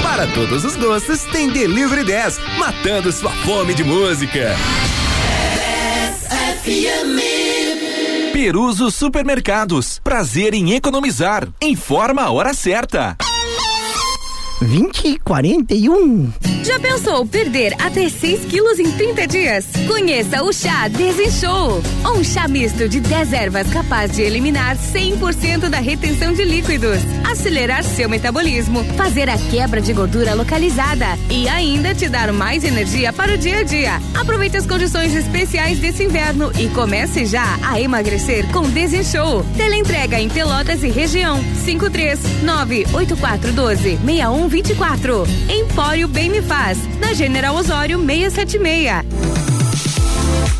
S1: Para todos os gostos, tem Delivery 10, matando sua fome de música.
S9: Peruso Supermercados. Prazer em economizar. Informa a hora certa.
S5: 20 e 41.
S13: Já pensou perder até 6 quilos em 30 dias? Conheça o chá Desenchou. Um chá misto de 10 ervas capaz de eliminar 100% da retenção de líquidos, acelerar seu metabolismo, fazer a quebra de gordura localizada e ainda te dar mais energia para o dia a dia. Aproveite as condições especiais desse inverno e comece já a emagrecer com Desenchou. Teleentrega em Pelotas e região 53984126124. Empório Bem Me Faz, na General Osório 676.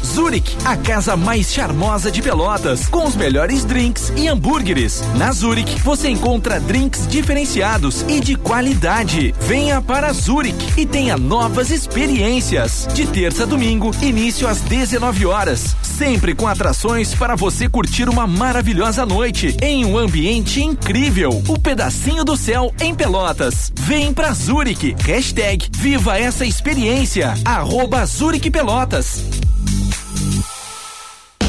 S9: Zurich, a casa mais charmosa de Pelotas, com os melhores drinks e hambúrgueres. Na Zurich, você encontra drinks diferenciados e de qualidade. Venha para Zurich e tenha novas experiências. De terça a domingo, início às 19 horas. Sempre com atrações para você curtir uma maravilhosa noite em um ambiente incrível. O pedacinho do céu em Pelotas. Vem pra Zurich. Hashtag Viva essa experiência. Arroba Zurich Pelotas.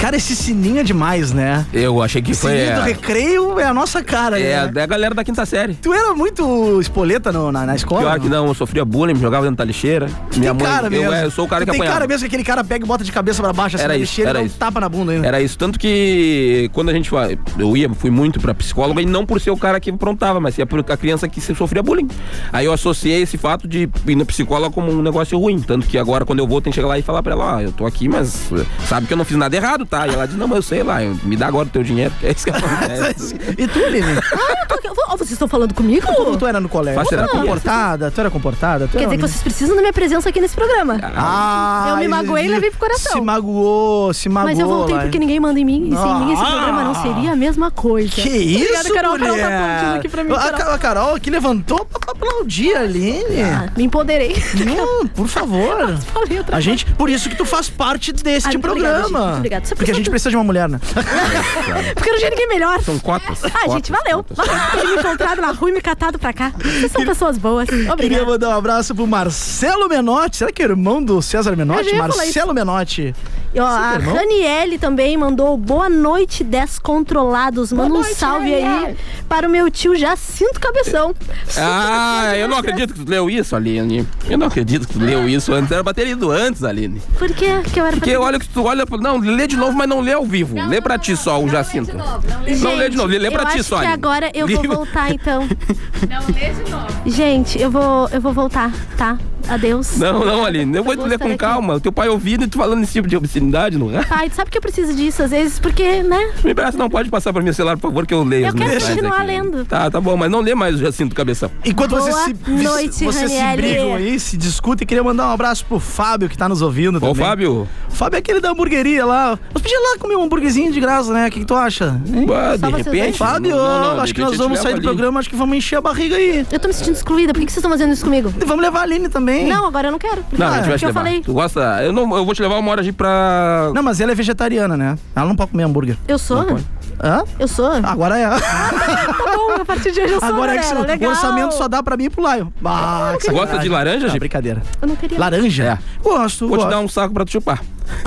S5: Cara, esse sininho é demais, né?
S7: Eu achei que foi.
S5: sininho do
S7: É,
S5: recreio é a nossa cara,
S7: é,
S5: né?
S7: da galera da quinta série.
S5: Tu era muito espoleta no- na, na escola?
S7: Pior que não, eu sofria bullying, me jogava dentro da lixeira. Minha
S5: tem
S7: mãe,
S5: cara mesmo.
S7: eu, é, eu sou o cara
S5: Tu
S7: que
S5: tem
S7: apanhava.
S5: cara mesmo que aquele cara pega e bota de cabeça pra baixo assim
S7: Era
S5: na
S7: isso,
S5: lixeira e
S7: era
S5: dá um
S7: isso.
S5: tapa na bunda ainda.
S7: Era isso. Tanto que quando a gente vai. Eu ia, fui muito pra psicóloga e não por ser o cara que aprontava, mas sim por a criança que se sofria bullying. Aí eu associei esse fato de ir na psicóloga como um negócio ruim. Tanto que agora, quando eu vou, tem que chegar lá e falar pra ela, ó, eu tô aqui, mas eh, sabe que eu não fiz nada errado, tá? E ela diz, não, mas eu sei lá, eu- me dá agora o teu dinheiro, que é isso que acontece.
S5: E tu, Lili?
S6: Ah, eu tô aqui. Oh, vocês estão falando comigo?
S5: Como tu era no colégio?
S7: Faz
S5: tu era
S7: terapia?
S5: comportada? Tu era comportada? Tu
S6: Quer
S5: era um-
S6: dizer que
S5: uma
S6: vocês precisam da minha presença aqui nesse programa.
S5: Ah,
S6: eu me magoei e
S5: Gigi
S6: levei pro coração.
S5: Se magoou, se magoou.
S6: Mas eu voltei
S5: lá.
S6: porque ninguém manda em mim. E sem mim esse
S5: Ah.
S6: programa não seria a mesma coisa.
S5: Que
S6: Obrigada,
S5: isso,
S6: Tá Carol. Carol tá aplaudindo
S5: mulher? Ah,
S6: aqui pra mim.
S5: a, Ca-
S6: Carol.
S5: a Carol que levantou pra pra aplaudir a Aline.
S6: Ah, Me empoderei.
S5: Não, por favor.
S6: Falei outra
S5: A gente, por isso que tu faz parte deste
S6: Ah, muito obrigada,
S5: programa.
S6: gente, muito obrigada. Você
S5: Porque a
S6: precisa
S5: gente
S6: do-
S5: precisa de uma mulher, né?
S6: Porque eu não tinha ninguém melhor.
S7: São cotas.
S6: Ah, gente, valeu. Ter me encontrado na rua e me catado pra cá. Vocês são pessoas boas.
S5: Queria
S6: Obrigada.
S5: mandar um abraço pro Marcelo Menotti. Será que é irmão do César
S6: Eu já
S5: Menotti?
S6: ia falar
S5: Marcelo Menotti.
S6: E, ó, a
S5: irmão?
S6: Raniele também mandou boa noite, descontrolados. Manda um salve aí para o meu tio Jacinto Cabeção.
S7: Ah, eu não acredito que tu leu isso, Aline. Eu não acredito que tu leu isso antes. Era pra ter lido antes, Aline.
S6: Por que que eu era
S7: Porque olha que tu olha. pra- Não, lê de novo, mas não lê ao vivo. lê pra ti só o Jacinto. Não lê de novo, lê, lê pra
S6: eu
S7: ti
S6: acho
S7: só.
S6: que
S7: Aline.
S6: agora eu vou
S7: Lê-
S6: voltar, então.
S8: Não lê de novo.
S6: Gente, eu vou, eu vou voltar, tá? Adeus.
S7: Não, não, Aline. Eu vou te ler com calma. O teu pai ouvindo e tu falando esse tipo de obscenidade, não é?
S6: Pai, tu sabe que eu preciso disso às vezes, porque, né?
S7: Me parece não pode passar pra mim o celular, por favor, que eu leio.
S6: Eu
S7: as
S6: quero
S7: mensagens
S6: continuar
S7: aqui.
S6: lendo.
S7: Tá, tá bom, mas não lê mais o Jacinto Cabeção.
S5: Enquanto
S6: Boa
S5: vocês se,
S6: noite,
S5: vocês se
S6: Ranieri.
S5: brigam aí, se discutem, queria mandar um abraço pro Fábio que tá nos ouvindo
S7: Ô,
S5: também.
S7: Fábio.
S5: O Fábio é aquele da hamburgueria lá. Nós podíamos lá comer um hamburguerzinho de graça, né? O que, que tu acha? hein?
S7: Bah, de repente.
S5: Fábio,
S7: não, não, de
S5: acho
S7: repente
S5: que nós
S7: eu te
S5: vamos
S7: levo
S5: sair do
S7: ali.
S5: programa, acho que vamos encher a barriga aí.
S6: Eu tô me sentindo excluída. Por que que vocês estão fazendo isso comigo?
S5: Vamos levar a Aline também.
S6: Não, agora eu não quero.
S7: Não, a gente vai
S6: Porque
S7: te
S6: Ah, eu
S7: levar.
S6: falei,
S7: Tu gosta? Eu, não, eu vou te levar uma hora de pra.
S5: Não, mas ela é vegetariana, né? Ela não pode comer hambúrguer.
S6: eu sou?
S5: Hã?
S6: Eu sou?
S7: Ah.
S5: Agora é.
S6: Tá bom, a partir de hoje eu sou,
S5: Agora é que
S6: galera.
S5: o
S6: Legal.
S5: orçamento só dá pra mim e pro Laio. Bah, que
S7: Gosta
S5: sacanagem.
S7: de laranja,
S5: Tá,
S7: Gi?
S5: Brincadeira.
S6: Eu não queria.
S5: Laranja? Gosto,
S7: Vou te
S5: gosto.
S7: dar um saco pra tu chupar.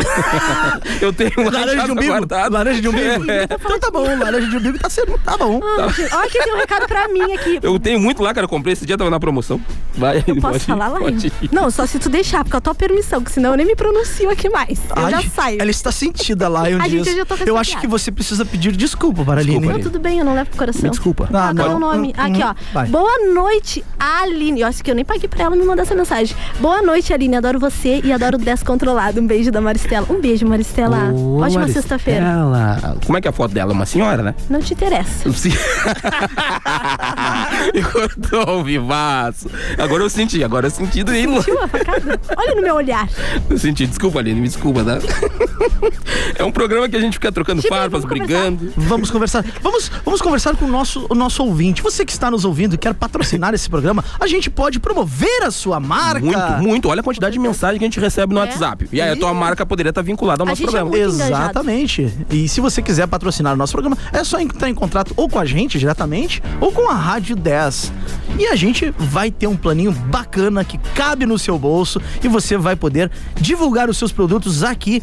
S7: eu tenho um
S5: Laranja de umbigo? Laranja de umbigo? Então tá bom, laranja de umbigo tá sendo... Tá bom.
S6: Ah, gente, Olha que tem um recado pra mim aqui.
S7: Eu tenho muito lá, cara. Eu comprei esse dia, tava na promoção. Vai,
S6: Eu posso falar lá?
S7: pode ir.
S6: Não, só se tu deixar, porque a tua permissão, que senão eu nem me pronuncio aqui mais. Eu
S5: Ai,
S6: já saio.
S5: Ela está sentida lá, eu
S6: A gente
S5: disse.
S6: já tá
S5: Eu
S6: ressabiada.
S5: acho que você precisa pedir desculpa para a Aline.
S6: Não, tudo bem, eu não levo pro coração.
S5: Me desculpa.
S6: Ah,
S5: Ah,
S6: dá
S5: não.
S6: um nome.
S5: Hum,
S6: Aqui, ó.
S5: hum, vai.
S6: Boa noite, Aline. Eu acho que eu nem paguei pra ela me mandar essa mensagem. Boa noite, Aline. Adoro você e adoro o Descontrolado. Um beijo da Maristela. Um beijo, Maristela.
S7: Ô,
S6: Ótima
S7: Maristela.
S6: sexta-feira.
S7: Como é que é a foto dela? Uma senhora, né?
S6: Não te interessa.
S7: Sim. eu tô ao vivaço. Agora eu senti, agora eu senti do hino.
S6: Sentiu a facada? Olha no meu olhar.
S7: Eu senti, desculpa, Aline, me desculpa, tá? é um programa que a gente fica trocando
S6: Tipo,
S7: farpas,
S6: vamos
S7: brigando.
S5: Vamos conversar. Vamos, vamos conversar com o nosso, o nosso ouvinte. Você que está nos ouvindo e quer patrocinar esse programa, a gente pode promover a sua marca.
S7: Muito, muito. Olha a quantidade de mensagem que a gente recebe no
S6: É.
S7: WhatsApp. E aí a tua marca poderia estar vinculada ao
S6: A
S7: nosso
S6: gente é
S7: programa.
S6: muito engajado.
S5: Exatamente. E se você quiser patrocinar o nosso programa, é só entrar em contato ou com a gente diretamente ou com a Rádio 10. E a gente vai ter um planinho bacana que cabe no seu bolso e você vai poder divulgar os seus produtos aqui.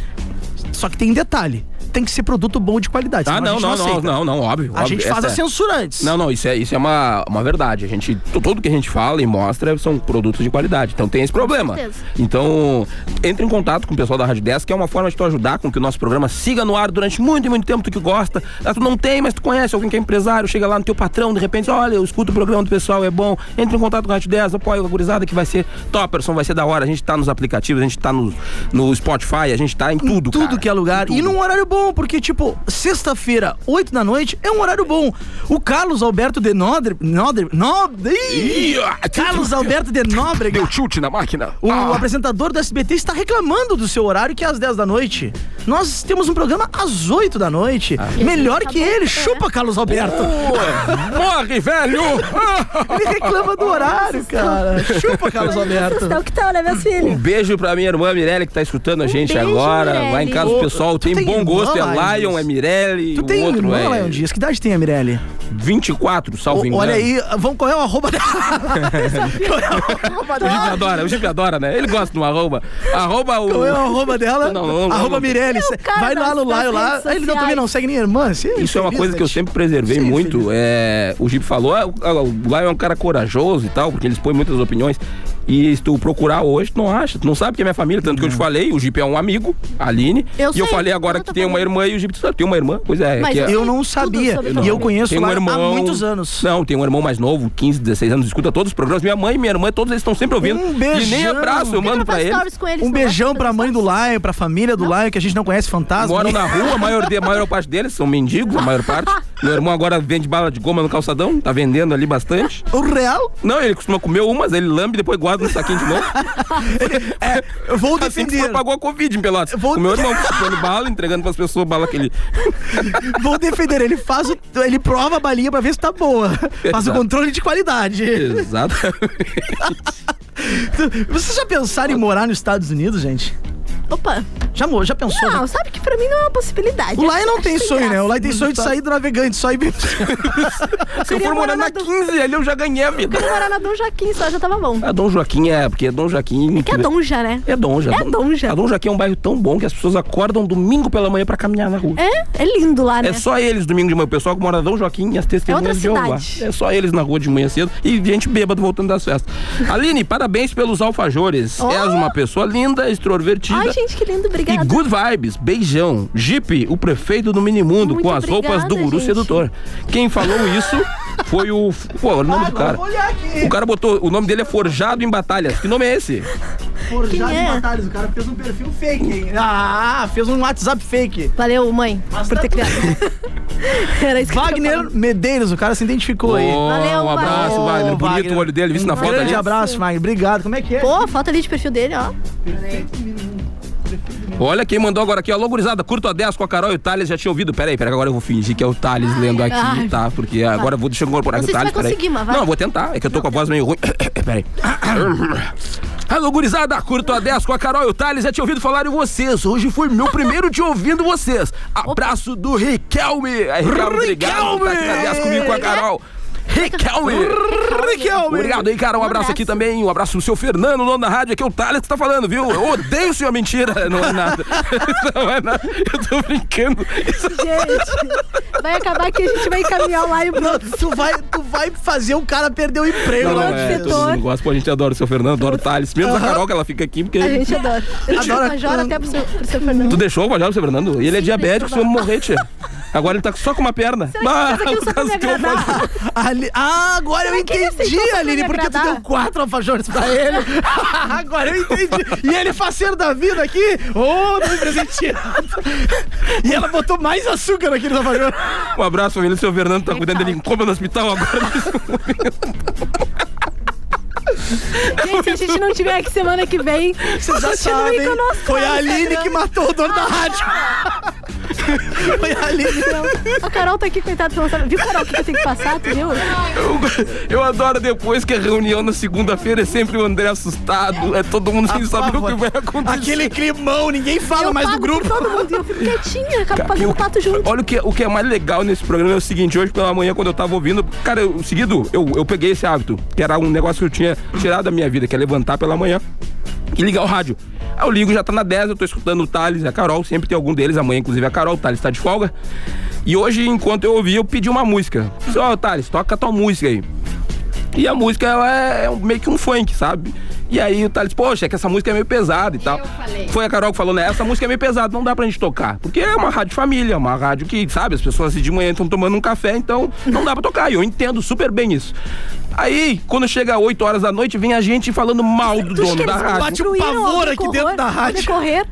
S5: Só que tem detalhe: tem que ser produto bom de qualidade.
S7: Ah,
S5: senão
S7: não,
S5: a gente
S7: não, não,
S5: aceita.
S7: não, não, óbvio.
S5: A
S7: óbvio,
S5: gente faz assim
S7: essa
S5: um a
S7: é.
S5: censura antes.
S7: Não, não, isso é, isso é uma, uma verdade. A gente, tu- tudo que a gente fala e mostra são produtos de qualidade. Então tem esse problema.
S6: certeza.
S7: Então, entre em contato com o pessoal da Rádio 10, que é uma forma de tu ajudar com que o nosso programa siga no ar durante muito e muito tempo, tu que gosta. Ah, Tu não tem, mas tu conhece alguém que é empresário, chega lá no teu patrão, de repente, olha, eu escuto o programa do pessoal, é bom. Entre em contato com a Rádio 10, apoia a gurizada que vai ser top, som vai ser da hora. A gente tá nos aplicativos, a gente tá no, no Spotify, a gente tá em tudo,
S5: tudo
S7: cara.
S5: que é lugar. E num horário bom, porque, tipo, sexta-feira, 8 da noite, é um horário bom. O Carlos Alberto de Nodre. Nodre. Nobre. Ih!
S7: Ih, ah,
S5: Carlos Alberto de Nóbrega.
S7: Deu chute na máquina.
S5: O
S7: Ah.
S5: apresentador do SBT está reclamando do seu horário, que é às 10 da noite. Nós temos um programa às 8 da noite.
S7: Ah.
S5: Melhor que ele. Chupa, Carlos Alberto.
S7: Pô, Morre, velho!
S5: Ele reclama do horário, cara. Chupa, Carlos Alberto.
S6: Então, que tal, né, meus filhos?
S7: Um beijo pra minha irmã Mirelle que tá escutando a gente
S6: beijo,
S7: agora.
S6: Mirelle.
S7: Vai em casa,
S5: Ô,
S7: pessoal.
S5: tu
S7: Tem
S5: tem
S7: bom gosto outro é Lion, é Mirelle.
S5: Tu
S7: o
S5: tem
S7: outro
S5: irmã,
S7: é... Tá
S5: Lion Dias? Que idade tem a Mirelle?
S7: 24, salvo
S5: O-
S7: engano.
S5: Olha aí, vamos correr o arroba dela.
S7: O Gipe adora, o Gipe adora, né? Ele gosta de um arroba. Arroba o.
S5: Qual é o arroba dela?
S7: Não, não, não,
S5: arroba
S7: não.
S5: Mirelle.
S6: cara
S5: Vai lá
S6: das-
S5: no
S6: das
S5: Lion lá.
S6: redes
S5: Ele não, também
S6: sociais.
S5: não segue nem irmã.
S7: Isso é uma coisa que eu sempre preservei muito. É, o Gipe falou, ah, o- o Lion é um cara corajoso e tal, porque ele expõe muitas opiniões. E se tu procurar hoje, tu não acha, tu não sabe que é minha família. Tanto que eu te falei, o Gipe é um amigo, a Aline.
S5: Eu
S7: e eu
S5: sei,
S7: falei agora que tem uma irmã e o Gipe, tu sabe, tem uma irmã? Pois é.
S5: Mas
S7: que é-
S5: eu não sabia. E eu conheço
S7: Tem um
S5: o Lion há muitos anos.
S7: Não, tem um irmão mais novo, 15, 16 anos, escuta todos os programas. Minha mãe e minha irmã, todos eles estão sempre ouvindo.
S5: Um beijão.
S7: E nem abraço, eu mando pra eles.
S5: Um
S6: né?
S5: beijão pra mãe do Lion, pra família do Lion, que a gente não conhece fantasma.
S7: Moram na rua, a maior, de- a maior parte deles são mendigos, a maior parte. Meu irmão agora vende bala de goma no calçadão, tá vendendo ali bastante.
S5: O real?
S7: Não, ele costuma comer umas, ele lambe e depois guarda no saquinho de novo.
S5: é, eu vou
S7: assim defender. Assim pagou a Covid em Pelotas. O meu irmão tá comprando bala, entregando pras pessoas bala que ele...
S5: Vou defender, ele faz o, ele prova a balinha pra ver se tá boa. Faz o
S7: Exato.
S5: controle de qualidade.
S7: Exato.
S5: Vocês já pensaram em morar nos Estados Unidos, gente?
S6: Opa.
S5: Já, mo- já pensou?
S6: Não, sabe que pra mim não é uma possibilidade.
S5: O Lai
S6: Acho-
S5: não
S6: acho
S5: tem
S6: sem
S5: sonho, né?
S6: graça.
S5: O Lai tem sonho de sair do navegante, só ir...
S7: Se eu for morar na 15, ali eu já ganhei a vida.
S6: Eu morar na Dom Joaquim, só já tava bom.
S7: A Dom Joaquim é, porque é Dom Joaquim... É
S6: Que é Donja, né?
S7: É Donja.
S6: É Donja.
S7: A Dom Joaquim é um bairro tão bom que as pessoas acordam domingo pela manhã pra caminhar na rua.
S6: É, é lindo lá, né?
S7: É só eles domingo de manhã. O pessoal que mora na Dom Joaquim e as testemunhas
S6: É outra
S7: de Jeová.
S6: cidade.
S7: É só eles na rua de manhã cedo e gente bêbado voltando das festas. Aline, parabéns pelos alfajores.
S6: Oh!
S7: És uma pessoa linda, extrovertida.
S6: Ai, gente, que lindo,
S7: E
S6: obrigada.
S7: good vibes, beijão. Jeep, o prefeito do minimundo,
S6: Muito
S7: com as roupas do
S6: obrigada,
S7: guru
S6: gente.
S7: sedutor. Quem falou isso foi o. Pô, olha o nome do cara. O cara botou. O nome dele é Forjado em Batalhas. Que nome é esse?
S5: Forjado
S6: é?
S5: em batalhas, o cara fez um perfil fake, hein? Ah, fez um WhatsApp fake.
S6: Valeu, mãe, por ter criado. Era isso que eu
S5: Wagner Medeiros, o cara se identificou aí.
S7: Oh, Valeu, um abraço, Wagner. Wagner. Bonito o olho dele, visto na foto
S5: Um grande
S7: ali.
S5: abraço, Wagner. Obrigado. Como é que é?
S6: Pô, a foto ali de perfil dele, ó.
S7: Olha quem mandou agora aqui, ó. Logurizada, curto a 10 com a Carol e o Thales já tinha ouvido. Peraí, peraí, agora eu vou fingir que é o Thales lendo aqui,
S6: ai.
S7: tá? Porque agora eu vou deixa eu incorporar
S6: Não
S7: aqui o
S6: sei
S7: Thales.
S6: se vai
S7: peraí.
S6: conseguir, mas vai.
S7: Não, eu vou tentar. É que eu tô com a voz meio ruim. peraí. Alô, gurizada, curto a 10 com a Carol e o Thales, já tinha ouvido falar em vocês. Hoje foi meu primeiro dia ouvindo vocês. Abraço do Riquelme. Aí, Riquelme, obrigado por tá aqui na 10 comigo com a Carol. Riquelme!
S5: Riquelme!
S7: Obrigado aí, cara. Um abraço aqui também. Um abraço pro seu Fernando, dono da rádio. Aqui é o Thales que tá falando, viu? Eu odeio sua mentira. Não é nada. Não é nada. Eu tô brincando.
S6: Gente, vai acabar que a gente vai encaminhar lá e o
S5: Não, tu vai, tu vai fazer o cara perder o emprego né?
S7: Não,
S5: lá
S7: não,
S5: no
S7: é, todo
S5: setor.
S7: mundo gosta. Pô, a gente adora o seu Fernando, adora o Thales. Menos a Carol que ela fica aqui, porque.
S6: A gente adora. Eu
S7: Adora-
S6: adoro. Jora até pro seu, pro seu Fernando.
S7: Tu deixou o Vajal pro seu Fernando? Ele é diabético, se eu morrer, tia. Agora ele tá só com uma perna.
S5: Ah,
S7: Bah,
S6: Mas aquilo só pra me agradar.
S5: Ali- Ah, agora eu
S6: Será que ele
S5: entendi,
S6: aceitou só pra
S5: Aline,
S6: me
S5: porque tu
S6: agradar?
S5: deu quatro alfajores pra ele. agora eu entendi. E ele, faceiro da vida aqui, ô, oh, me presenteado. E ela botou mais açúcar naquele alfajor.
S7: Um abraço, família. O seu Fernando tá cuidando dele em coma no hospital agora.
S6: Gente, se a gente não tiver aqui semana que vem,
S5: Vocês já
S6: continuem
S5: sabem,
S6: conosco lá
S5: foi
S6: no
S5: a Aline
S6: Instagram. Ah.
S5: que matou o dono da rádio. foi a Aline.
S6: Não. A Carol tá aqui, coitada, pela nossa- Viu, Carol, o que que eu tenho que passar, tu viu?
S7: Eu, eu adoro depois que a reunião na segunda-feira é sempre o André assustado, é todo mundo sem saber o que vai acontecer.
S5: Aquele climão, ninguém fala
S6: eu
S5: mais do
S6: pago por
S5: grupo.
S6: Todo mundo, e eu fico quietinha, acabo
S7: E
S6: pagando
S7: o-
S6: pato junto.
S7: Olha o que, o que é mais legal nesse programa é o seguinte, hoje pela manhã, quando eu tava ouvindo, cara, eu, seguido, eu, eu peguei esse hábito, que era um negócio que eu tinha tirado da minha vida, que é levantar pela manhã e ligar o rádio. Aí eu ligo, já tá na 10, eu tô escutando o Thales e a Carol, sempre tem algum deles, amanhã inclusive a Carol, o Thales tá de folga. E hoje, enquanto eu ouvi, eu pedi uma música. Disse, ó, Thales, toca a tua música aí. E a música, ela é, é um- meio que um funk, sabe? E aí o Thales, poxa, é que essa música é meio pesada e tal. Foi a Carol que falou, né? Essa música é meio pesada, não dá pra gente tocar. Porque é uma rádio família, uma rádio que, sabe, as pessoas de manhã estão tomando um café, então não dá pra tocar. E eu entendo super bem isso. Aí, quando chega 8 horas da noite, vem a gente falando mal do
S5: Tu acha
S7: dono
S5: que
S7: da
S5: eles
S7: rádio.
S5: bate um pavor aqui dentro da rádio.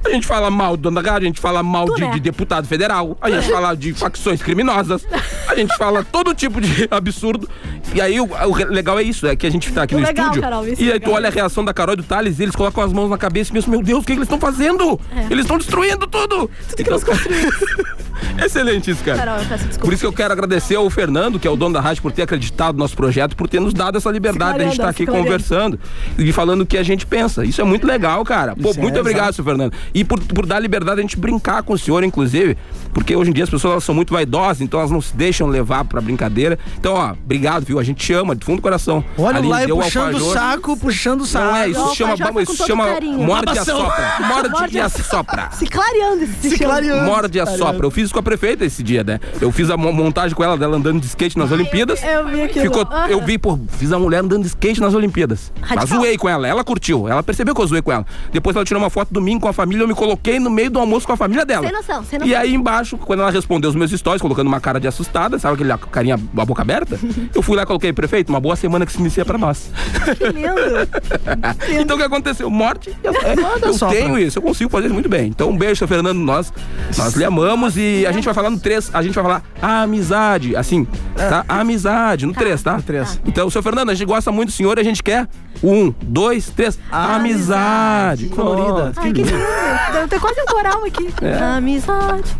S7: A gente fala mal do dono da rádio, a gente fala mal de,
S6: né?
S7: de deputado federal, a gente fala de facções criminosas, a gente fala todo tipo de absurdo. E aí o, o re- legal é isso, é que a gente tá aqui no
S6: Legal,
S7: estúdio.
S6: Carol, isso
S7: e
S6: é
S7: aí tu
S6: legal.
S7: olha a reação da Carol e do Thales, e eles colocam as mãos na cabeça e pensam, meu Deus, o que, que eles estão fazendo?
S6: É.
S7: Eles estão destruindo tudo! Tudo que nós Então, Excelente isso, cara.
S6: Carol, eu peço desculpa.
S7: Por isso que eu quero agradecer ao Fernando, que é o dono da rádio, por ter acreditado no nosso projeto, por ter nos dado essa liberdade de a gente estar
S6: Esclarendo,
S7: aqui
S6: esclarendo.
S7: conversando e falando o que a gente pensa. Isso é muito legal, cara. Pô,
S6: Isso é
S7: muito obrigado,
S6: exato.
S7: seu Fernando. E por, por dar liberdade a gente brincar com o senhor, inclusive, porque hoje em dia as pessoas elas são muito vaidosas, então elas não se deixam levar pra brincadeira. Então, ó, obrigado, viu? A gente te ama de fundo do coração.
S5: Olha
S7: Ali
S5: lá,
S7: deu o
S5: puxando o
S7: alfajor.
S5: saco, puxando o saco.
S7: Não é, isso Não, chama- alfajor isso com todo chama carinho. morde e assopra. Morde e assopra.
S6: Se clareando esse
S5: Se
S6: chão.
S5: clareando.
S7: Morde e assopra. Eu fiz isso com a prefeita esse dia, né? Eu fiz a mo- montagem com ela, dela andando de skate nas Olimpíadas.
S6: Eu vi aquilo. Ah,
S7: Ficou,
S6: Aham.
S7: eu vi, pô, fiz a mulher andando de skate nas Olimpíadas. Mas
S6: Radical.
S7: zoei com ela, ela curtiu, ela percebeu que eu zoei com ela. Depois ela tirou uma foto domingo com a família, eu me coloquei no meio do almoço com a família dela.
S6: Sem noção, sem
S7: E
S6: noção.
S7: aí embaixo, quando ela respondeu os meus stories, colocando uma cara de assustada, sabe aquele carinha, a boca aberta? Eu fui lá e coloquei, prefeito, uma boa semana que se inicia pra nós.
S6: Que lindo.
S7: então o que aconteceu? Morte. Eu, é,
S5: Morde e
S7: eu
S5: assopra.
S7: tenho isso, eu consigo fazer isso muito bem. Então um beijo, seu Fernando, nós, nós lhe amamos e a gente vai falar no 3, a gente vai falar amizade, assim, tá? Amizade, no 3, tá? No 3. Então, seu Fernando, a gente gosta muito do senhor e a gente quer um, dois, três, amizade. Colorida.
S6: Ai, que lindo. Deve ter quase um coral aqui.
S7: É.
S6: Amizade.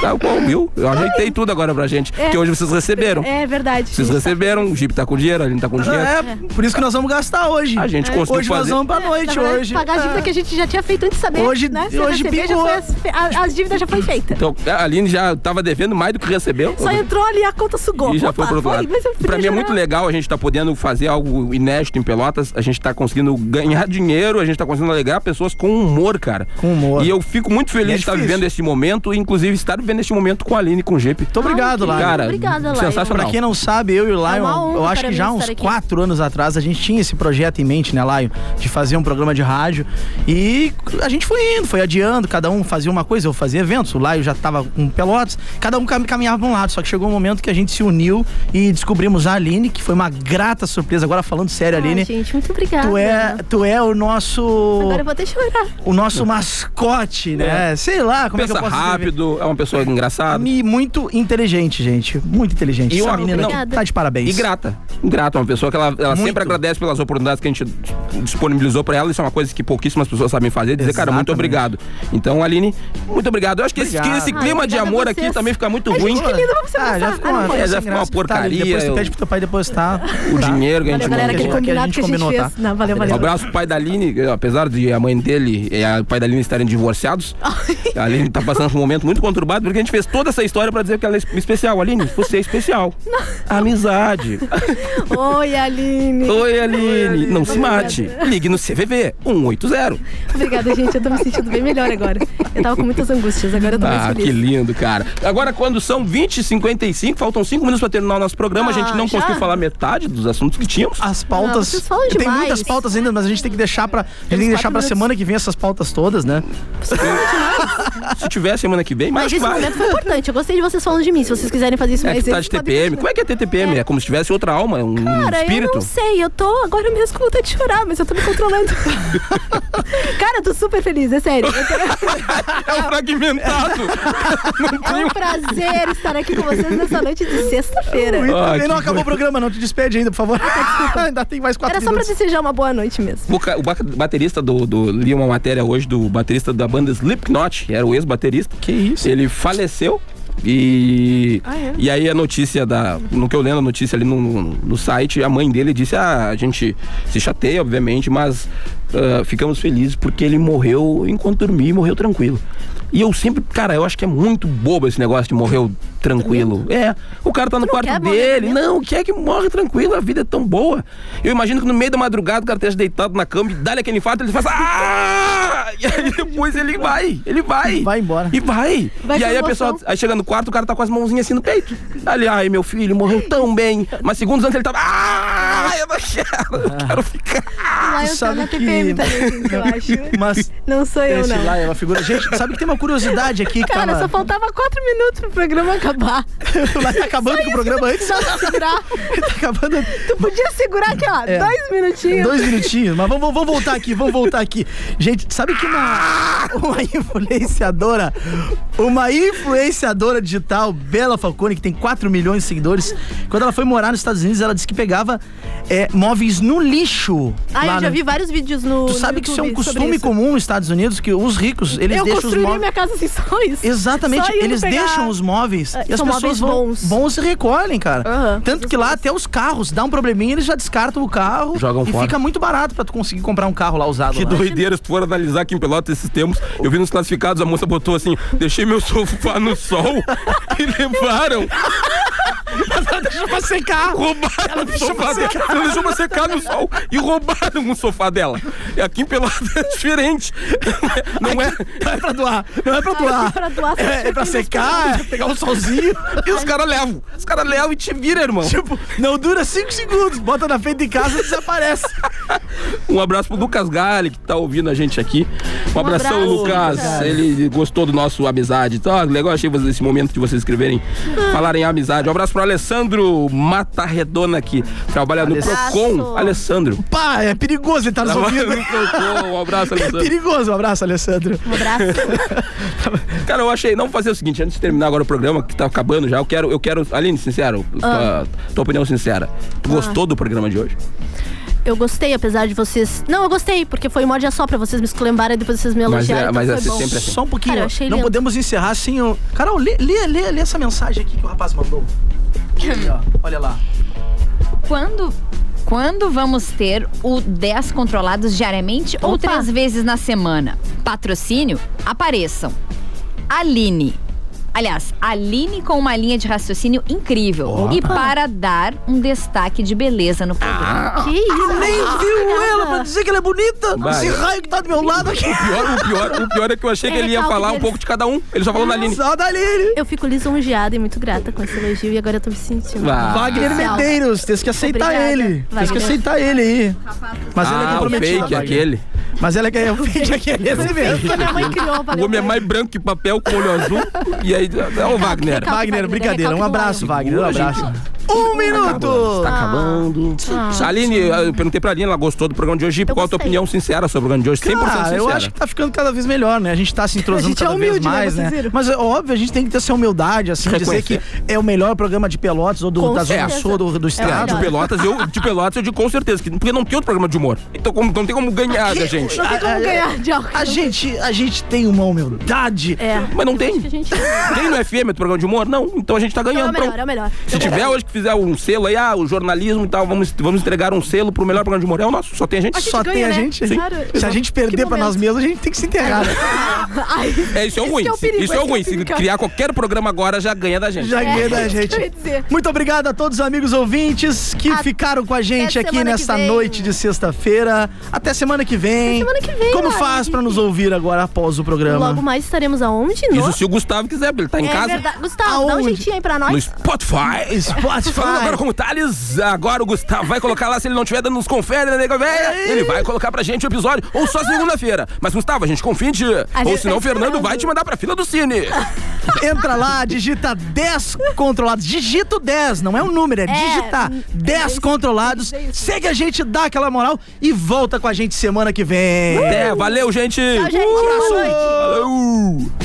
S7: Tá bom, viu? Eu ajeitei tudo agora pra gente,
S6: É.
S7: que hoje vocês receberam.
S6: É verdade.
S7: Vocês receberam, o Jeep tá com dinheiro, a gente tá com dinheiro.
S5: É, por isso que nós vamos gastar hoje.
S7: A gente
S5: É.
S7: conseguiu
S5: Hoje nós
S7: fazer.
S5: vamos pra noite,
S6: Na verdade,
S5: hoje.
S6: Pagar a dívida
S5: É.
S6: que a gente já tinha feito antes de saber.
S5: Hoje-
S6: né? Se
S5: hoje
S6: receber, já
S5: picou.
S6: foi as, fe- a- as dívidas já foi feita.
S7: Então, a Aline já tava devendo mais do que recebeu.
S6: Só entrou ali a conta sugou.
S7: Então, E já
S6: Opa,
S7: foi pro outro lado.
S6: mas eu
S7: Pra mim é
S6: já-
S7: muito legal a gente tá podendo fazer algo inédito em Pelotas. A gente tá conseguindo ganhar dinheiro, a gente tá conseguindo alegrar pessoas com humor, cara. Com humor. E eu fico muito feliz
S5: E é
S7: de estar
S5: difícil.
S7: vivendo este momento, inclusive estar vivendo este momento com a Aline e com o Jeep. Muito
S5: Obrigado, Lion.
S7: Cara, sensacional.
S5: Pra quem não sabe, eu e o Lion,
S7: É uma honra
S5: eu acho
S7: para
S5: que
S7: mim
S5: já há
S7: estar
S5: uns
S7: aqui.
S5: quatro anos atrás, a gente tinha esse projeto em mente, né, Lion? De fazer um programa de rádio. E a gente foi indo, foi adiando, cada um fazia uma coisa, eu fazia eventos, o Lion já tava com pelotas, cada um cam- caminhava pra um lado. Só que chegou um momento que a gente se uniu e descobrimos a Aline, que foi uma grata surpresa. Agora falando sério,
S6: Ai,
S5: Aline.
S6: gente, muito obrigada.
S5: Tu é, tu é o nosso.
S6: Agora eu vou até chorar.
S5: O nosso mascote, né?
S7: É.
S5: Sei lá, como
S7: Pensa
S5: é que eu posso descrever?
S7: rápido, é uma pessoa engraçada.
S5: E muito inteligente, gente. Muito inteligente.
S7: E
S5: Essa
S7: uma-
S5: menina aqui
S7: não.
S5: tá de parabéns.
S7: E grata. Grata, é uma pessoa que ela, ela sempre agradece pelas oportunidades que a gente disponibilizou pra ela. Isso é uma coisa que pouquíssimas pessoas sabem fazer. Dizer, cara, muito obrigado. Então, Aline, muito obrigado. Eu acho que esse,
S5: Obrigado.
S7: que esse clima
S5: Ah,
S7: de
S5: obrigada a
S7: amor aqui
S5: vocês.
S7: também fica muito
S5: Ai,
S7: ruim.
S5: gente, que lindo, vamos
S7: ah, já ficou uma,
S5: coisa
S7: já
S5: sem
S7: ficou uma
S5: graça. Tá,
S7: porcaria.
S5: depois tu
S7: eu-
S5: pede pro teu pai depositar
S7: o dinheiro que a gente
S5: Valeu, galera, aquele
S7: mandou.
S5: combinado que a gente tá? fez.
S6: Não, valeu,
S7: Um
S6: valeu.
S7: abraço pro pai da Aline, eh, apesar de a mãe dele e a- o pai da Aline estarem divorciados. a Aline tá passando por um momento muito conturbado, porque a gente fez toda essa história pra dizer que ela é es- especial. Aline, você é especial. Amizade.
S6: Oi, Aline.
S7: Oi, Aline. Não se mate. Ligue no CVV 180.
S6: Obrigada, gente. Eu tô me sentindo bem melhor agora. Eu tava com muitas angústias, agora eu tô mais
S7: Ah, que
S6: feliz.
S7: lindo, cara. Agora, quando são 20 e 55, faltam 5 minutos pra terminar o nosso programa. a gente
S6: Ah,
S7: não
S6: já? Ah.
S7: conseguiu falar metade dos assuntos que tínhamos.
S5: As pautas.
S6: Não, vocês falam
S5: Tem
S6: demais.
S5: muitas pautas ainda, mas a gente tem que deixar pra. A gente tem que deixar pra
S6: quatro
S5: semana que vem essas pautas todas, né?
S7: Se tiver semana que vem, mas,
S6: Mas esse
S7: vai.
S6: momento foi importante. Eu gostei de vocês falando de mim. Se vocês quiserem fazer isso
S7: É que
S6: mais
S7: tu tá
S6: vezes,
S7: de TPM. Como é que é TPM? É. como se tivesse outra alma, um
S6: Cara,
S7: espírito.
S6: eu não sei, eu tô agora mesmo com vontade de chorar, mas eu tô me controlando. Cara, eu tô super feliz, é sério. Eu tô-
S7: É um fragmentado.
S6: É um prazer estar aqui com vocês nessa noite de sexta-feira.
S7: Ah,
S5: Ui, também não acabou o programa, não. Te despede ainda, por favor. ainda tem mais quatro
S6: Ah, tá, Era só pra
S5: minutos.
S6: desejar uma boa noite mesmo.
S7: O, ca- o ba- baterista do, do. Li uma matéria hoje do baterista da banda Slipknot, era o ex-baterista. Que isso? Ah, é? Ele faleceu. E, e aí a notícia da. No que eu lendo a notícia ali no, no, no site, a mãe dele disse: Ah, a gente se chateia, obviamente, mas ah, ficamos felizes porque ele morreu enquanto dormia e morreu tranquilo. E eu sempre, cara, eu acho que é muito bobo esse negócio de morreu tranquilo. É. O cara tá no quarto
S2: quer morrer
S7: dele. Não, quer que morre tranquilo, a vida é tão boa. Eu imagino que no meio da madrugada o cara esteja deitado na cama e dá-lhe aquele infarto, ele faz. Ah! E aí depois ele vai, ele vai. Vai embora. E vai.
S2: Vai
S7: e aí
S2: com
S7: a pessoa.
S2: emoção.
S7: Aí chega no quarto, o cara tá com as mãozinhas assim no peito. Ali, ai, meu filho, morreu tão bem. Mas segundos antes ele tava. Ah! Eu não quero, eu quero ficar.
S6: Lá eu tô
S5: sabe
S6: na
S5: que-
S6: TPM também, gente, eu acho.
S5: Mas.
S6: Não sou eu,
S5: esse
S6: não.
S5: lá é uma figura. Gente, sabe que tem uma curiosidade aqui que tá
S6: Cara,
S5: tava.
S6: só faltava quatro minutos pro programa acabar.
S5: Lá tá acabando com o programa antes.
S6: Só isso que tu precisava segurar.
S5: tá acabando.
S6: Tu podia segurar aqui, ó,
S5: É.
S6: dois minutinhos.
S5: Dois minutinhos, mas vamos, vamos voltar aqui, vamos voltar aqui. Gente, sabe que que uma, uma influenciadora, uma influenciadora digital, Bela Falcone, que tem 4 milhões de seguidores, quando ela foi morar nos Estados Unidos, ela disse que pegava é, móveis no lixo.
S6: Ah,
S5: lá
S6: eu já
S5: no-
S6: vi vários vídeos no.
S5: Tu
S6: no
S5: sabe que isso é um
S6: YouTube sobre
S5: costume
S6: isso.
S5: comum nos Estados Unidos, que os ricos, eles
S6: eu
S5: deixam os
S6: construiria
S5: móveis...
S6: minha casa assim, só isso.
S5: Exatamente,
S6: Só indo
S5: eles
S6: pegar-
S5: deixam os móveis
S6: Ah,
S5: e as
S6: são
S5: pessoas
S6: móveis
S5: vão
S6: bons.
S5: bons e recolhem, cara. Tanto que lá até os carros, dá um probleminha, eles já descartam o carro
S7: Jogam
S5: e
S7: fora.
S5: fica muito barato pra tu conseguir comprar um carro lá usado.
S7: Que
S5: lá.
S7: doideira, se tu for analisar aqui em Pelotas esses tempos, eu vi nos classificados, a moça botou assim, deixei meu sofá no sol e levaram.
S5: Deixa pra secar.
S7: Roubaram o sofá dela. Ela deixou pra secar no sol e roubaram o sofá dela. E aqui em Pelotas é diferente. Não é,
S5: não é pra doar. Não é pra doar.
S6: pra doar,
S5: É, é pra secar, é pegar um solzinho.
S7: E os caras levam. Os caras levam e te vira, irmão.
S5: Tipo, não dura 5 segundos. Bota na frente de casa e desaparece.
S7: Um abraço pro Lucas Gale, que tá ouvindo a gente aqui. Um,
S6: Um
S7: abração,
S6: abraço,
S7: Lucas.
S6: Lucas.
S7: Ele gostou do nosso amizade. Tá, legal, achei vocês, esse momento de vocês escreverem, falarem amizade. Um abraço pro Alessandro Mata Redona, que trabalha no
S5: Abraço.
S7: Procon. Alessandro.
S5: Pá, é perigoso ele tá nos
S7: Trabalha
S5: ouvindo.
S7: no Procon. Um abraço,
S5: É
S7: Alessandro.
S5: perigoso. Um abraço, Alessandro.
S6: Um abraço.
S7: Cara, eu achei. Não fazer o seguinte, antes de terminar agora o programa, que tá acabando já, eu quero. Eu quero Aline, sincero,
S6: Ah.
S7: tua, tua opinião sincera. Tu
S6: Ah.
S7: gostou do programa de hoje?
S6: Eu gostei, apesar de vocês. Não, eu gostei, porque foi mod só pra vocês me esclambarem e depois vocês me
S7: Mas é-
S6: elogiarem.
S7: mas
S6: então
S7: é
S6: foi bom.
S7: sempre assim.
S5: Só um pouquinho.
S6: Cara, eu achei
S5: não
S6: lindo.
S5: podemos encerrar sem o. Carol, lê, lê, lê, lê essa mensagem aqui que o rapaz mandou. Aqui, ó. Olha lá.
S8: Quando. Quando vamos ter o 10 controlados diariamente ou
S6: Opa.
S8: três vezes na semana? Patrocínio? Apareçam. Aline. Aliás, Aline com uma linha de raciocínio incrível. E para dar um destaque de beleza no programa.
S7: assim.
S6: Que isso?
S5: Nem viu ela pra dizer que ela é bonita.
S7: Vai.
S5: Esse raio que tá do meu lado aqui.
S7: O pior, o pior, o pior é que eu achei que
S6: É
S7: ele ia
S6: recalque
S7: falar um
S6: deles.
S7: pouco de cada um. Ele só falou da Aline.
S5: Só da Aline.
S6: Eu fico lisonjeada e muito grata com esse elogio e agora eu tô me sentindo.
S7: Vá.
S5: Wagner
S6: Especial.
S5: Medeiros, tem que aceitar
S6: Obrigada,
S5: ele. Tem que
S6: Wagner.
S5: aceitar ele aí. Mas ele é
S7: Ah, o
S5: comprometido.
S7: fake, aquele.
S5: Mas ela é que é o fake aquele, é esse mesmo.
S6: Que minha mãe criou,
S7: O
S6: valeu.
S7: homem é mais branco que papel, com olho azul. E aí, é
S6: Ah,
S7: o Wagner.
S6: Recalque,
S5: Wagner, brincadeira. Um
S6: recalque do
S5: abraço,
S6: Wagner.
S5: Wagner. Um abraço. Um minuto!
S7: Tá acabando. Aline, eu perguntei pra Aline, ela gostou do programa de hoje. Qual a tua
S6: gostei.
S7: opinião sincera sobre o programa de hoje? 100%
S5: Cara,
S7: sincera.
S5: eu acho que tá ficando cada vez melhor, né? A gente tá se entrosando
S6: A gente é
S5: cada vez
S6: humilde, né?
S5: mais, né?
S6: Vocês viram?
S5: Mas é óbvio, a gente tem que ter essa humildade, assim, dizer que
S7: Reconhecer.
S5: é o melhor programa de Pelotas ou do,
S6: Com
S5: da Zona
S6: certeza.
S5: Sul, do,
S7: É,
S5: do Estado.
S7: de Pelotas, eu, de Pelotas, eu digo com certeza, que, porque não tem outro programa de humor. Então como- não tem como ganhar, né, gente.
S6: Não tem como ganhar de álcool.
S5: Ah, é. A gente, a gente tem uma humildade.
S6: É.
S7: Mas não
S6: Eu
S7: tem.
S6: acho que a gente-
S7: Tem no FM outro programa de humor? Não. Então a gente tá
S6: Então é
S7: ganhando.
S6: o melhor,
S7: pronto.
S6: é o melhor.
S7: Se tiver hoje que fizer um selo aí, ah, o jornalismo e tal, vamos, vamos entregar um selo pro melhor programa de humor. É o nosso, só tem a gente.
S5: Só
S6: ganha,
S5: tem a
S6: né?
S5: gente.
S6: Sim. Claro.
S5: Se a gente perder
S6: Que
S5: pra nós
S6: momento.
S5: mesmos, a gente tem que se enterrar. né?
S6: Ai,
S7: É, isso é o
S6: esse
S7: ruim.
S6: que é o perigo,
S7: isso é o
S6: esse
S7: ruim.
S6: que é o
S7: Se
S6: perigo.
S7: criar qualquer programa agora, já ganha da gente.
S5: Já ganhei da
S6: É, isso que
S5: gente.
S6: eu ia dizer.
S5: Muito obrigado a todos os amigos ouvintes que
S6: Até
S5: ficaram com a gente aqui
S6: semana que
S5: nesta
S6: vem.
S5: noite de sexta-feira. Até semana que vem.
S6: Até semana que vem,
S5: Como
S6: olha,
S5: faz
S6: gente.
S5: pra nos ouvir agora após o programa?
S6: Logo mais estaremos aonde? No...
S7: Isso se o Gustavo quiser, porque ele tá em
S6: é
S7: casa.
S6: verdade. Gustavo, dá um
S5: Aonde?
S6: jeitinho aí pra nós.
S7: No Spotify. Falando agora
S5: Spotify.
S7: com o Thales, agora o Gustavo vai colocar lá, se ele não tiver dando nos confere, né, nega velha? Ele vai colocar pra gente o episódio, ou só segunda-feira. Mas, Gustavo, a gente confia em ti. Ou
S6: gente
S7: senão
S6: tá
S7: o Fernando
S6: esperando.
S7: vai te mandar pra fila do cine.
S5: Entra lá, digita 10 controlados. Digito 10, não é um número, é, digitar 10 controlados. Segue a gente, dá aquela moral e volta com a gente semana que vem.
S7: Até, valeu, gente. Uh!
S6: Tchau, gente. Boa noite.
S7: Valeu.